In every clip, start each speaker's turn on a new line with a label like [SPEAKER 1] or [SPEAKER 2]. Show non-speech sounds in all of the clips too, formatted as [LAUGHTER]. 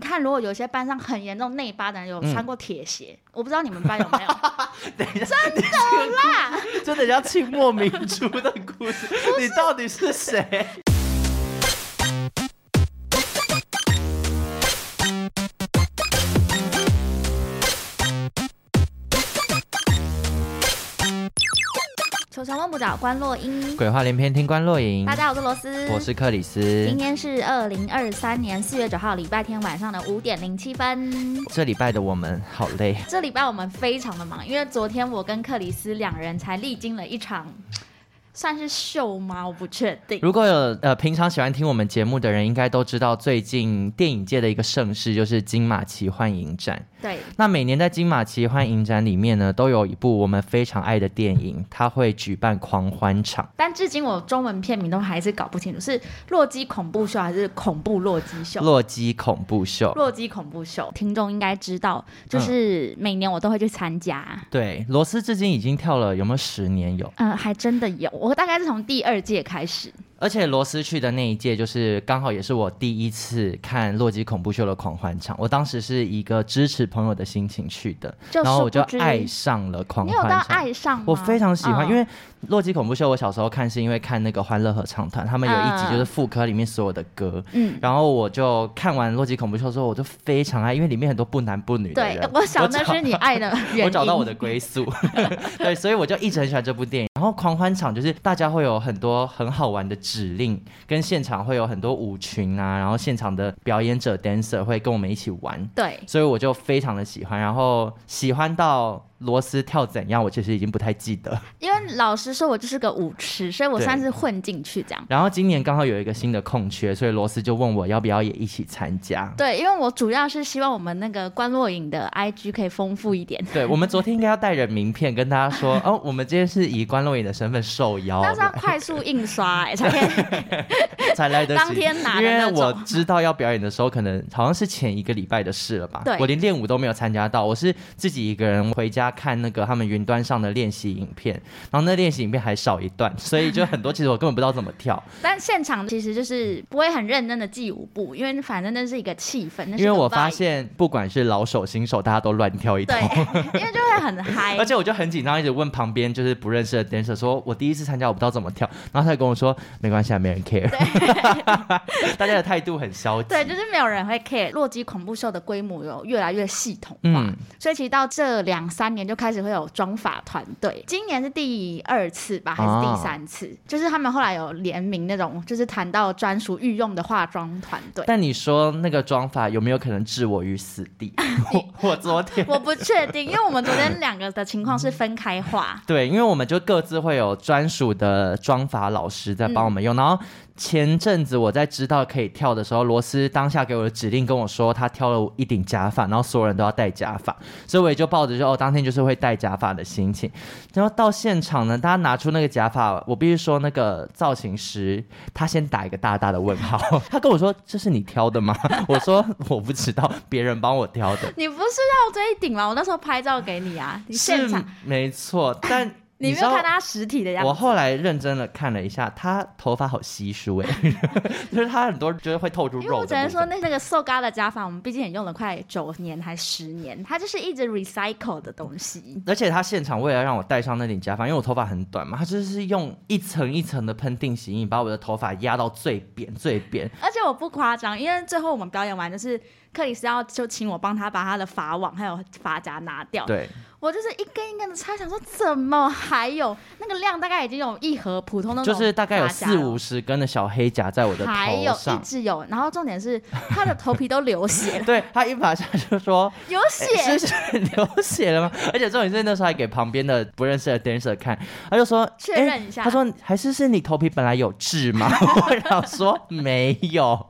[SPEAKER 1] 看，如果有些班上很严重内八的人有穿过铁鞋，我不知道你们班有没有。
[SPEAKER 2] 嗯 [LAUGHS] 等一下，真的啦，就等一下清末民初的
[SPEAKER 1] [LAUGHS]
[SPEAKER 2] 故事，你到底是谁？
[SPEAKER 1] 求神问不着，观落英。
[SPEAKER 2] 鬼话连篇，听官落影
[SPEAKER 1] 大家好，我是罗斯，
[SPEAKER 2] 我是克里斯
[SPEAKER 1] 今。天是二零二三年四月九号礼拜天晚上的五点零七分。
[SPEAKER 2] 这礼拜的我们好累，
[SPEAKER 1] 这礼拜我们非常的忙，因为昨天我跟克里斯两人才历经了一场，算是秀吗？我不确定。
[SPEAKER 2] 如果有呃平常喜欢听我们节目的人，应该都知道最近电影界的一个盛事就是金马奇幻影展。
[SPEAKER 1] 对，
[SPEAKER 2] 那每年在金马奇幻影展里面呢，都有一部我们非常爱的电影，它会举办狂欢场。
[SPEAKER 1] 但至今我中文片名都还是搞不清楚，是《洛基恐怖秀》还是《恐怖洛基秀》？
[SPEAKER 2] 洛基恐怖秀，
[SPEAKER 1] 洛基恐怖秀，听众应该知道，就是每年我都会去参加。
[SPEAKER 2] 对，罗斯至今已经跳了有没有十年有？
[SPEAKER 1] 嗯、还真的有，我大概是从第二届开始。
[SPEAKER 2] 而且罗斯去的那一届，就是刚好也是我第一次看《洛基恐怖秀》的狂欢场。我当时是一个支持朋友的心情去的，
[SPEAKER 1] 就
[SPEAKER 2] 然后我就
[SPEAKER 1] 殊不知
[SPEAKER 2] 爱上了狂
[SPEAKER 1] 你
[SPEAKER 2] 欢
[SPEAKER 1] 有
[SPEAKER 2] 场。
[SPEAKER 1] 到爱上吗？哦嗯
[SPEAKER 2] 我非常喜欢，因
[SPEAKER 1] 为
[SPEAKER 2] 为《洛基恐怖秀》，我小时候看是因为看那个《欢乐合唱团》，他们有一集就是副歌里面所有的歌，
[SPEAKER 1] 啊嗯
[SPEAKER 2] 然后我就看完《洛基恐怖秀》之后，我就非常爱，因为里面很多不男不女的
[SPEAKER 1] 对呃
[SPEAKER 2] 人，
[SPEAKER 1] 我想那
[SPEAKER 2] 找
[SPEAKER 1] 是你爱
[SPEAKER 2] [LAUGHS]
[SPEAKER 1] 的原因。
[SPEAKER 2] 我找到我的归宿， [LAUGHS] 对，所以我就一直很喜欢这部电影。然后狂欢场就是大家会有很多很好玩的指令，跟现场会有很多舞群啊，然后现场的表演者 dancer 会跟我们一起玩，
[SPEAKER 1] 对，
[SPEAKER 2] 所以我就非常的喜欢。然后喜欢到罗斯跳怎样，我其实已经不太记得。
[SPEAKER 1] 因为老实说，我就是个舞痴，所以我
[SPEAKER 2] 对
[SPEAKER 1] 算是混进去这样。
[SPEAKER 2] 然后今年刚好有一个新的空缺，所以罗斯就问我要不要也一起参加。
[SPEAKER 1] 对，因为我主要是希望我们那个观落影的 IG 可以丰富一点。
[SPEAKER 2] 对，我们昨天应该要带着名片跟大家说，哦，我们今天是以关洛影的身份受
[SPEAKER 1] [LAUGHS]
[SPEAKER 2] 邀，
[SPEAKER 1] 但是要快速印刷、欸，才可以。
[SPEAKER 2] [LAUGHS] 才来得及。
[SPEAKER 1] 当天拿的
[SPEAKER 2] 因为
[SPEAKER 1] 那种
[SPEAKER 2] 我知道要表演的时候，可能好像是前一个礼拜的事了吧。
[SPEAKER 1] 对
[SPEAKER 2] 我连练舞都没有参加到，我是自己一个人回家看那个他们云端上的练习影片，然后那练习影片还少一
[SPEAKER 1] [LAUGHS]
[SPEAKER 2] 段，所以就很多其实我根本不知道怎么跳，
[SPEAKER 1] 但现场其实就是不会很认真的记舞步，因为反正那是一个气氛。 [LAUGHS] 那是
[SPEAKER 2] 因
[SPEAKER 1] 个
[SPEAKER 2] 为我发
[SPEAKER 1] vibe
[SPEAKER 2] 现不管是老手新手，大家都乱跳一通 [LAUGHS]
[SPEAKER 1] 对。，因为就会很嗨
[SPEAKER 2] 而。且我就很紧张，一直问旁边就是不认识的 dancer 说，我第一次参加，我不知道怎么跳，然后他就跟我说没关系，啊，没人 care，大 [LAUGHS] 家的态度很消极。
[SPEAKER 1] 对，就是没有人会 care。洛基恐怖秀的规模有越来越系统化，
[SPEAKER 2] 嗯
[SPEAKER 1] 所以其实到这两三年就开始会有妆法团队。今年是第二次吧，还
[SPEAKER 2] 啊
[SPEAKER 1] 是第三次？就是他们后来有联名那种，就是谈到专属御用的化妆团队。
[SPEAKER 2] 但你说那个妆法有没有可能置我于死地？ [LAUGHS] 我我昨天
[SPEAKER 1] 我不确定，因为我们昨天两个的情况是分开
[SPEAKER 2] [LAUGHS]
[SPEAKER 1] 化，
[SPEAKER 2] 对，因为我们就各自会有专属的妆法老师在帮我们用。然后前阵子我在知道可以跳的时候，罗斯当下给我的指令跟我说，他挑了一顶假发，然后所有人都要戴假发，所以我也就抱着说哦，当天就是会戴假发的心情。然后到现场呢，大家拿出那个假发，我必须说那个造型师他先打一个大大的问号，
[SPEAKER 1] [LAUGHS]
[SPEAKER 2] 他跟我说这是你挑的吗？我说我不知道，别人帮我挑的。
[SPEAKER 1] 你不是要这一顶吗？我那时候拍照给你啊， [LAUGHS] 你现
[SPEAKER 2] 是
[SPEAKER 1] 场
[SPEAKER 2] 没错，但
[SPEAKER 1] 你没
[SPEAKER 2] 知道
[SPEAKER 1] 有看他实体的样
[SPEAKER 2] 我
[SPEAKER 1] 子。
[SPEAKER 2] 后来认真的看了一下，他头发好稀疏哎、 [LAUGHS] 就是他很多就是会透出
[SPEAKER 1] 因为
[SPEAKER 2] 肉的部分。
[SPEAKER 1] 我只能说，那那个瘦嘎的假发，我们毕竟也用了快九年还十年，它就是一直 recycle 的东西。
[SPEAKER 2] 而且他现场为了让我戴上那顶假发，因为我头发很短嘛，他就是用一层一层的喷定型液把我的头发压到最扁最扁，
[SPEAKER 1] 而且我不夸张，因为最后我们表演完，就是克里斯要就请我帮他把他的发网还有发夹拿掉。
[SPEAKER 2] 对，
[SPEAKER 1] 我就是一根一根的拆，想说怎么还有那个量，大概已经有一盒普通的那
[SPEAKER 2] 就
[SPEAKER 1] 种
[SPEAKER 2] 是大概有
[SPEAKER 1] 发夹
[SPEAKER 2] 四
[SPEAKER 1] 了
[SPEAKER 2] 五十根的小黑夹在我的
[SPEAKER 1] 还有
[SPEAKER 2] 头
[SPEAKER 1] 一
[SPEAKER 2] 上。
[SPEAKER 1] 直有，然后重点是他的头皮都流血了，
[SPEAKER 2] 对他一拔下就说
[SPEAKER 1] 有血，
[SPEAKER 2] 欸 [LAUGHS] 是是流血了吗？ [LAUGHS] 而且重点是那时候还给旁边的不认识的 dancer 看，他就说
[SPEAKER 1] 确
[SPEAKER 2] 欸
[SPEAKER 1] 认一下
[SPEAKER 2] 他说还是是你头皮本来有
[SPEAKER 1] [LAUGHS]
[SPEAKER 2] 痣吗？我想说没有，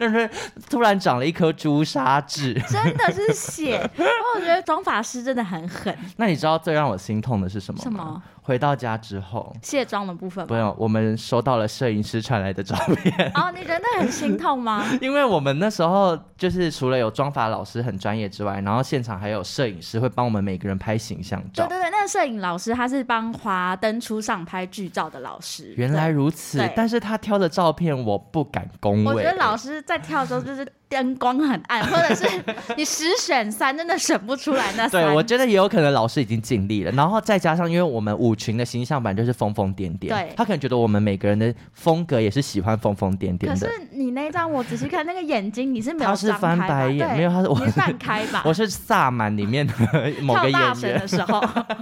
[SPEAKER 2] 就是突然长了一颗朱砂痣。
[SPEAKER 1] 真的 [LAUGHS] 是血。然后我觉得妆发师真的很狠，
[SPEAKER 2] 那你知道最让我心痛的是什么吗？
[SPEAKER 1] 什么？
[SPEAKER 2] 回到家之后，
[SPEAKER 1] 卸妆的部分
[SPEAKER 2] 不
[SPEAKER 1] 吗？
[SPEAKER 2] 用，我们收到了摄影师传来的照片， [LAUGHS]
[SPEAKER 1] 哦，你觉得很心痛吗？
[SPEAKER 2] 因为我们那时候就是除了有妆发老师很专业之外，然后现场还有摄影师会帮我们每个人拍形象
[SPEAKER 1] 对
[SPEAKER 2] 照。
[SPEAKER 1] 对对，那个摄影老师他是帮华灯初上拍剧照的老师。
[SPEAKER 2] 原来
[SPEAKER 1] 对
[SPEAKER 2] 如此
[SPEAKER 1] 对，
[SPEAKER 2] 但是他挑的照片我不敢恭维。
[SPEAKER 1] 我觉得老师在跳的时候就是灯光很
[SPEAKER 2] [LAUGHS]
[SPEAKER 1] 暗，或者是你十选三真的选不出来那三。
[SPEAKER 2] 对，我觉得也有可能老师已经尽力了，然后再加上因为我们舞群的形象版就是疯疯癫癫，
[SPEAKER 1] 对
[SPEAKER 2] 他可能觉得我们每个人的风格也是喜欢疯疯癫
[SPEAKER 1] 可
[SPEAKER 2] 癫
[SPEAKER 1] 是
[SPEAKER 2] 的。
[SPEAKER 1] 你那张我仔细看那个眼睛，你是没有
[SPEAKER 2] 他是
[SPEAKER 1] 张开
[SPEAKER 2] 翻
[SPEAKER 1] 吧
[SPEAKER 2] 白眼
[SPEAKER 1] 对
[SPEAKER 2] 没有他是我
[SPEAKER 1] 你是半开吧？
[SPEAKER 2] [LAUGHS] 我是萨满
[SPEAKER 1] [LAUGHS]
[SPEAKER 2] 里面的某个
[SPEAKER 1] 啊跳大
[SPEAKER 2] 演 [LAUGHS]
[SPEAKER 1] 神
[SPEAKER 2] 员
[SPEAKER 1] 的时候， [LAUGHS]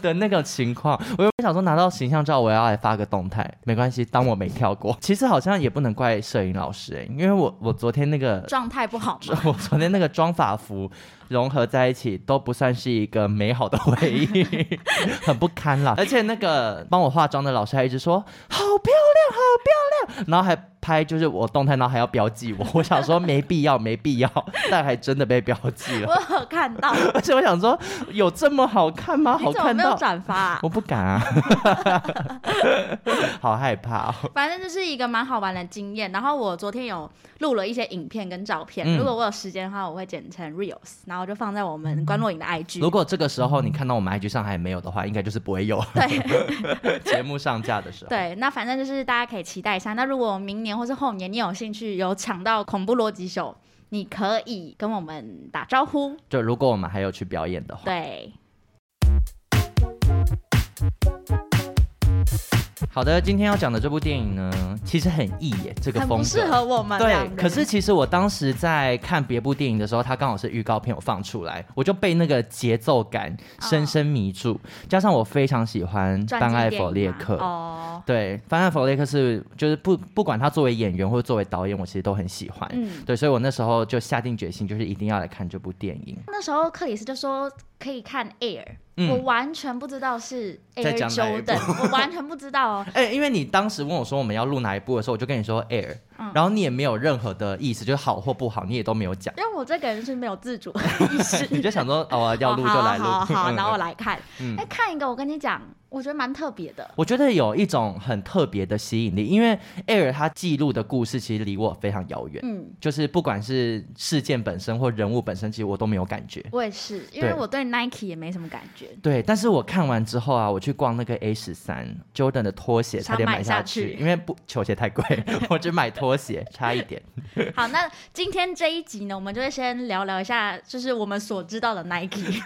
[SPEAKER 2] 的那个情况，我又想说拿到形象照，我要来发个动态，没关系，当我没跳过。其实好像也不能怪摄影老师哎、因为我我昨天那个
[SPEAKER 1] 状态不
[SPEAKER 2] [LAUGHS]
[SPEAKER 1] 好吗？
[SPEAKER 2] 我昨天那个妆发服融合在一起，都不算是一个美好的回忆，很不堪啦。而且那个帮我化妆的老师还一直说好漂亮，好漂亮，然后还拍就是我动态，然后还要标记我。我想说没必要，没必要，但还真的被标记了。 [LAUGHS]
[SPEAKER 1] 我有看到，
[SPEAKER 2] 而且我想说，有这么好看吗？好
[SPEAKER 1] 你怎么
[SPEAKER 2] 看
[SPEAKER 1] 没有
[SPEAKER 2] 到。
[SPEAKER 1] 转发、啊？
[SPEAKER 2] 我不敢啊， [LAUGHS] 好害怕哦！
[SPEAKER 1] 反正就是一个蛮好玩的经验。然后我昨天有录了一些影片跟照片，
[SPEAKER 2] 嗯
[SPEAKER 1] 如果我有时间的话，我会剪成 reels，然后就放在我们关若影的 IG。
[SPEAKER 2] 嗯如果这个时候你看到我们 IG 上还没有的话，应该就是不会有
[SPEAKER 1] 对，
[SPEAKER 2] [LAUGHS] 节目上架的时候。
[SPEAKER 1] 对，那反正就是大家可以期待一下。那如果明年或是后年你有兴趣有抢到恐怖逻辑秀，你可以跟我们打招呼。
[SPEAKER 2] 就如果我们还有去表演的话，
[SPEAKER 1] 对，
[SPEAKER 2] 好的，今天要讲的这部电影呢，其实很异耶，这个
[SPEAKER 1] 很
[SPEAKER 2] 风
[SPEAKER 1] 不
[SPEAKER 2] 格
[SPEAKER 1] 适合我们两
[SPEAKER 2] 对，
[SPEAKER 1] 人
[SPEAKER 2] 可是其实我当时在看别部电影的时候，它刚好是预告片，我放出来，我就被那个节奏感深深迷住，加上我非常喜欢
[SPEAKER 1] 传记
[SPEAKER 2] 班艾
[SPEAKER 1] 哦电影
[SPEAKER 2] 佛列
[SPEAKER 1] 嘛
[SPEAKER 2] 克。
[SPEAKER 1] 哦，
[SPEAKER 2] 对，班艾佛列克是就是不不管他作为演员或者作为导演，我其实都很喜欢。
[SPEAKER 1] 嗯。
[SPEAKER 2] 对，所以我那时候就下定决心，就是一定要来看这部电影。
[SPEAKER 1] 那时候克里斯就说可以看 Air，、
[SPEAKER 2] 嗯
[SPEAKER 1] 我完全不知道是
[SPEAKER 2] 在
[SPEAKER 1] Air
[SPEAKER 2] 讲哪一部
[SPEAKER 1] Jordan，我完全不知道哦。
[SPEAKER 2] 哎、因为你当时问我说我们要录哪一部的时候，我就跟你说 Air，、然
[SPEAKER 1] 嗯
[SPEAKER 2] 后你也没有任何的意思，就是好或不好，你也都没有
[SPEAKER 1] [LAUGHS]
[SPEAKER 2] 讲，
[SPEAKER 1] 因为我这个人是没有自
[SPEAKER 2] [LAUGHS]
[SPEAKER 1] 主的意识，
[SPEAKER 2] 你就想说哦、啊要录
[SPEAKER 1] 哦
[SPEAKER 2] 就来录。
[SPEAKER 1] 好好好好，
[SPEAKER 2] 嗯
[SPEAKER 1] 然后我来看。哎、
[SPEAKER 2] [LAUGHS] 嗯
[SPEAKER 1] 看一个，我跟你讲，我觉得蛮特别的。
[SPEAKER 2] 我觉得有一种很特别的吸引力，因为 Air 它记录的故事其实离我非常遥远，
[SPEAKER 1] 嗯，
[SPEAKER 2] 就是不管是事件本身或人物本身，其实我都没有感觉。
[SPEAKER 1] 我也是，因为
[SPEAKER 2] 对
[SPEAKER 1] 我对 Nike 也没什么感觉。
[SPEAKER 2] 对，但是我看完之后啊，我去逛那个 A 十三 Jordan 的拖鞋，差点
[SPEAKER 1] 想买
[SPEAKER 2] 买下
[SPEAKER 1] 下
[SPEAKER 2] 去，
[SPEAKER 1] 去
[SPEAKER 2] 因为不球鞋太贵， [LAUGHS] 我只买拖鞋，差一
[SPEAKER 1] [LAUGHS]
[SPEAKER 2] 点。
[SPEAKER 1] 好，那今天这一集呢，我们就会先聊聊一下，就是我们所知道的 Nike，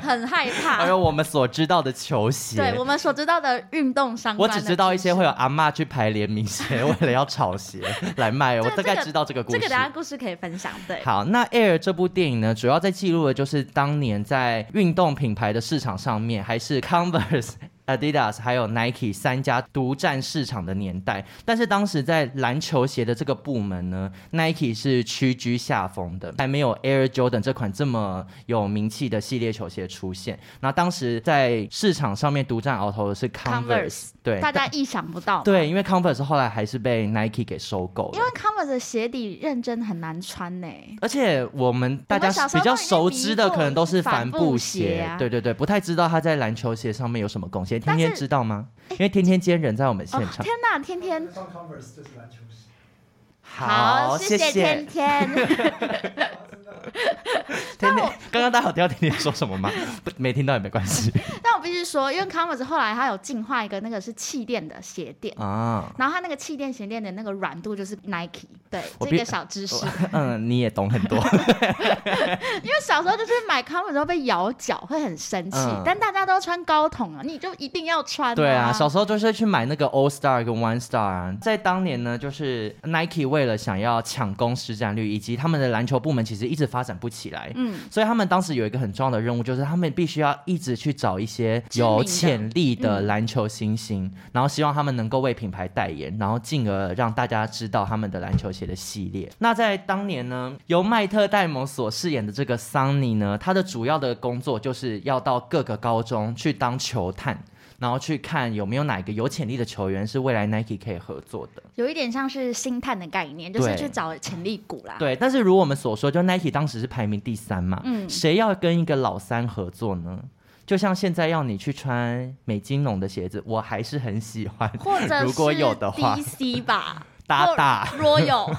[SPEAKER 1] 很害
[SPEAKER 2] 还
[SPEAKER 1] 怕。
[SPEAKER 2] 有我们所知道的球鞋，
[SPEAKER 1] 啊对我们所知道的运动相
[SPEAKER 2] 我
[SPEAKER 1] 关的
[SPEAKER 2] 只
[SPEAKER 1] 知识，
[SPEAKER 2] 知道一些会有阿嬷去排联名鞋， [LAUGHS] 为了要
[SPEAKER 1] [LAUGHS]
[SPEAKER 2] 炒鞋来卖。我
[SPEAKER 1] 这
[SPEAKER 2] 大
[SPEAKER 1] 这
[SPEAKER 2] 概
[SPEAKER 1] 个
[SPEAKER 2] 知道这个故
[SPEAKER 1] 这
[SPEAKER 2] 事。
[SPEAKER 1] 个等下故事可以分享。对，
[SPEAKER 2] 好，那 Air 这部电影呢，主要在记录的就是当年在运动品牌的市场上面，还是 Converse。Adidas [LAUGHS] 还有 Nike 三家独占市场的年代，但是当时在篮球鞋的这个部门呢，Nike 是屈居下风的，还没有 Air Jordan 这款这么有名气的系列球鞋出现。那当时在市场上面独占鳌头的是 Converse，,
[SPEAKER 1] Converse，
[SPEAKER 2] 对，
[SPEAKER 1] 大家意想不到。，
[SPEAKER 2] 对，因为 Converse 后来还是被 Nike 给收购了
[SPEAKER 1] 因。为 Converse 的鞋底认真很难穿呢、
[SPEAKER 2] 而且我们大
[SPEAKER 1] 我们
[SPEAKER 2] 家
[SPEAKER 1] 小时
[SPEAKER 2] 比
[SPEAKER 1] 候
[SPEAKER 2] 较
[SPEAKER 1] 都已经
[SPEAKER 2] 熟知的
[SPEAKER 1] 迷惑
[SPEAKER 2] 可能都是
[SPEAKER 1] 帆
[SPEAKER 2] 帆
[SPEAKER 1] 布
[SPEAKER 2] 布
[SPEAKER 1] 鞋
[SPEAKER 2] 鞋
[SPEAKER 1] 啊，
[SPEAKER 2] 对对对，不太知道他在篮球鞋上面有什么贡献。天
[SPEAKER 1] 但
[SPEAKER 2] 天
[SPEAKER 1] 是
[SPEAKER 2] 知
[SPEAKER 1] [LAUGHS]
[SPEAKER 2] 道吗？因为天天今天人在我们现
[SPEAKER 1] 哦，
[SPEAKER 2] 场。
[SPEAKER 1] 天哪，天天
[SPEAKER 3] 穿 Converse 就是篮球鞋。
[SPEAKER 1] 好，谢
[SPEAKER 2] 谢
[SPEAKER 1] 天。
[SPEAKER 2] [LAUGHS]
[SPEAKER 1] 天。
[SPEAKER 2] 天天，刚刚大家有听到天天说什么吗？ [LAUGHS] 不，没听到也没关系
[SPEAKER 1] 但我必须说，因为 Converse 后来它有进化一个那个是气垫的鞋垫。
[SPEAKER 2] 啊。 [LAUGHS]
[SPEAKER 1] 然后它那个气垫鞋垫的那个软度就是 Nike，对，
[SPEAKER 2] 我
[SPEAKER 1] 这
[SPEAKER 2] 必
[SPEAKER 1] 个小知识。
[SPEAKER 2] 嗯，你也懂很
[SPEAKER 1] 啊
[SPEAKER 2] 多。
[SPEAKER 1] [LAUGHS] 因为小时候就是买 Converse 都被咬脚，会很生气，
[SPEAKER 2] 嗯
[SPEAKER 1] 但大家都穿高筒啊，你就一定要穿、
[SPEAKER 2] 对啊，
[SPEAKER 1] 啊，
[SPEAKER 2] 小时候就是去买那个 All Star 跟 One Star 啊。在当年呢，就是 Nike 为了想要抢攻市占率，以及他们的篮球部门其实一直发展不起来，
[SPEAKER 1] 嗯，
[SPEAKER 2] 所以他们当时有一个很重要的任务，就是他们必须要一直去找一些有潜力的篮球新星，然后希望他们能够为品牌代言，然后进而让大家知道他们的篮球鞋的系列。那在当年呢，由迈特戴蒙所饰演的这个桑尼呢，他的主要的工作就是要到各个高中去当球探。然后去看有没有哪个有潜力的球员是未来 Nike 可以合作的。
[SPEAKER 1] 有一点像是星探的概念，就是
[SPEAKER 2] 对
[SPEAKER 1] 去找潜力股啦。
[SPEAKER 2] 对，但是如我们所说，就 Nike 当时是排名第三嘛，谁要跟一个老三合作呢？就像现在要你去穿美津浓的鞋子，我还是很喜欢。
[SPEAKER 1] 或者是
[SPEAKER 2] 如果有的话
[SPEAKER 1] DC 吧，
[SPEAKER 2] 搭搭
[SPEAKER 1] Royal，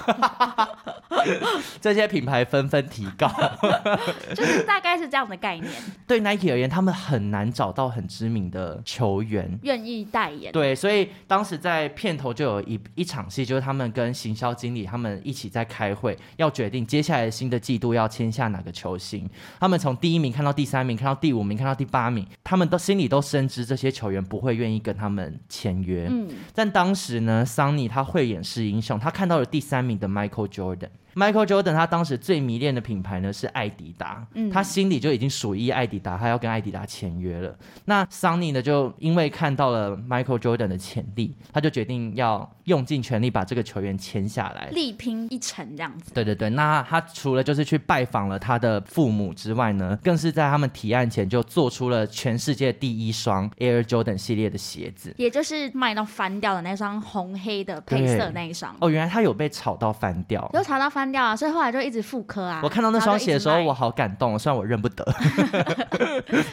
[SPEAKER 2] 这些品牌纷纷提高， [LAUGHS]
[SPEAKER 1] 就是大概是这样的概念，
[SPEAKER 2] 对 Nike 而言，他们很难找到很知名的球员。
[SPEAKER 1] 愿意代言。
[SPEAKER 2] 对，所以当时在片头就有一一场戏，就是他们跟行销经理他们一起在开会，要决定接下来新的季度要签下哪个球星。他们从第一名看到第三名，看到第五名，看到第八名，他们都心里都深知这些球员不会愿意跟他们签约。
[SPEAKER 1] 嗯，
[SPEAKER 2] 但当时呢，桑尼他慧眼识英雄，他看到了第三名的 Michael Jordan。Michael Jordan 他当时最迷恋的品牌呢是艾迪达，
[SPEAKER 1] 嗯
[SPEAKER 2] 他心里就已经属意艾迪达，他要跟艾迪达签约了。那桑尼呢，就因为看到了 Michael Jordan 的潜力，他就决定要用尽全力把这个球员签下来。
[SPEAKER 1] 力拼一城这样子。
[SPEAKER 2] 对对对，那他除了就是去拜访了他的父母之外呢，更是在他们提案前就做出了全世界第一双 Air Jordan 系列的鞋子。
[SPEAKER 1] 也就是卖到翻掉的那双红黑的配色那一双，
[SPEAKER 2] 哦，原来他有被炒到翻掉。
[SPEAKER 1] 有查到翻掉啊，所以后来就一直复刻啊。
[SPEAKER 2] 我看到那双鞋的时候，
[SPEAKER 1] 然
[SPEAKER 2] 我
[SPEAKER 1] 后
[SPEAKER 2] 好感动，虽然我认
[SPEAKER 1] [LAUGHS]
[SPEAKER 2] 不得，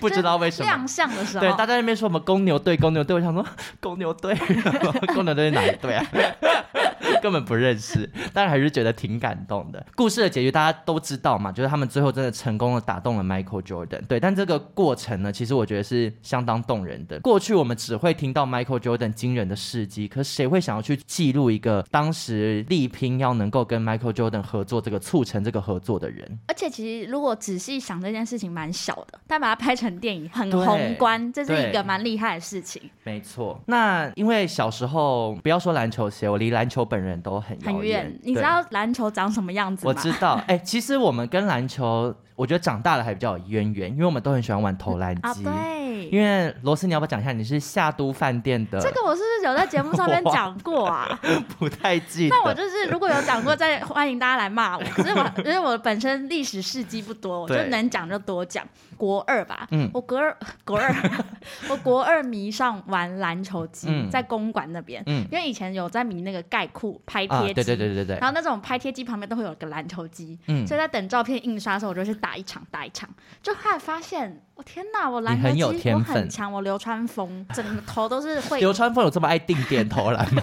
[SPEAKER 2] 不
[SPEAKER 1] 就一直卖
[SPEAKER 2] 知道为
[SPEAKER 1] 就是
[SPEAKER 2] 什么
[SPEAKER 1] 亮。相的时
[SPEAKER 2] 对，大
[SPEAKER 1] 候，
[SPEAKER 2] 家在那边说我们公牛队，公牛队，我想说 [LAUGHS] 公牛队，公牛队是哪一队啊？ [LAUGHS] 根本不认识，但还是觉得挺感动的。故事的结局大家都知道嘛，就是他们最后真的成功的打动了 Michael Jordan。对，但这个过程呢，其实我觉得是相当动人的。过去我们只会听到 Michael Jordan 惊人的事迹，可谁会想要去记录一个当时力拼要能够跟 Michael Jordan 合作，这个促成这个合作的人？
[SPEAKER 1] 而且其实如果仔细想这件事情蛮小的，但把它拍成电影很
[SPEAKER 2] 对
[SPEAKER 1] 宏观，这是一
[SPEAKER 2] 对
[SPEAKER 1] 个蛮厉害的事情，
[SPEAKER 2] 没错，那因为小时候不要说篮球鞋，我离篮球本人都很
[SPEAKER 1] 很
[SPEAKER 2] 遥
[SPEAKER 1] 远。你知
[SPEAKER 2] 对
[SPEAKER 1] 道篮球长什么样子吗？
[SPEAKER 2] 我知道， [LAUGHS] 哎、其实我们跟篮球，我觉得长大了还比较有渊源，因为我们都很喜欢玩投篮
[SPEAKER 1] 啊，
[SPEAKER 2] 机。
[SPEAKER 1] 对。
[SPEAKER 2] 因为罗斯，你要不要讲一下你是夏都饭店的？
[SPEAKER 1] 这个我是不是有在节目上面讲过啊？
[SPEAKER 2] 不太记得。
[SPEAKER 1] 那我就是如果有讲过，再欢迎大家来骂我。可是我因为我本身历史事迹不多，我就
[SPEAKER 2] 对
[SPEAKER 1] 能讲就多讲。国二吧，
[SPEAKER 2] 嗯
[SPEAKER 1] 我国二国二， [LAUGHS] 我国二迷上玩篮球机，
[SPEAKER 2] 嗯
[SPEAKER 1] 在公馆那边，
[SPEAKER 2] 嗯
[SPEAKER 1] 因为以前有在迷那个盖库拍贴
[SPEAKER 2] 啊，
[SPEAKER 1] 机，
[SPEAKER 2] 对对对对对，
[SPEAKER 1] 然后那种拍贴机旁边都会有个篮球机，
[SPEAKER 2] 嗯
[SPEAKER 1] 所以在等照片印刷的时候，我就去打一场打一场，就后来发现，我、天哪，我篮
[SPEAKER 2] 你
[SPEAKER 1] 球
[SPEAKER 2] 很
[SPEAKER 1] 机
[SPEAKER 2] 有
[SPEAKER 1] 我
[SPEAKER 2] 天分
[SPEAKER 1] 很强，我流川枫，整个头都是会，
[SPEAKER 2] 流川 [LAUGHS] 枫有这么爱定点投篮
[SPEAKER 1] [LAUGHS]
[SPEAKER 2] 吗？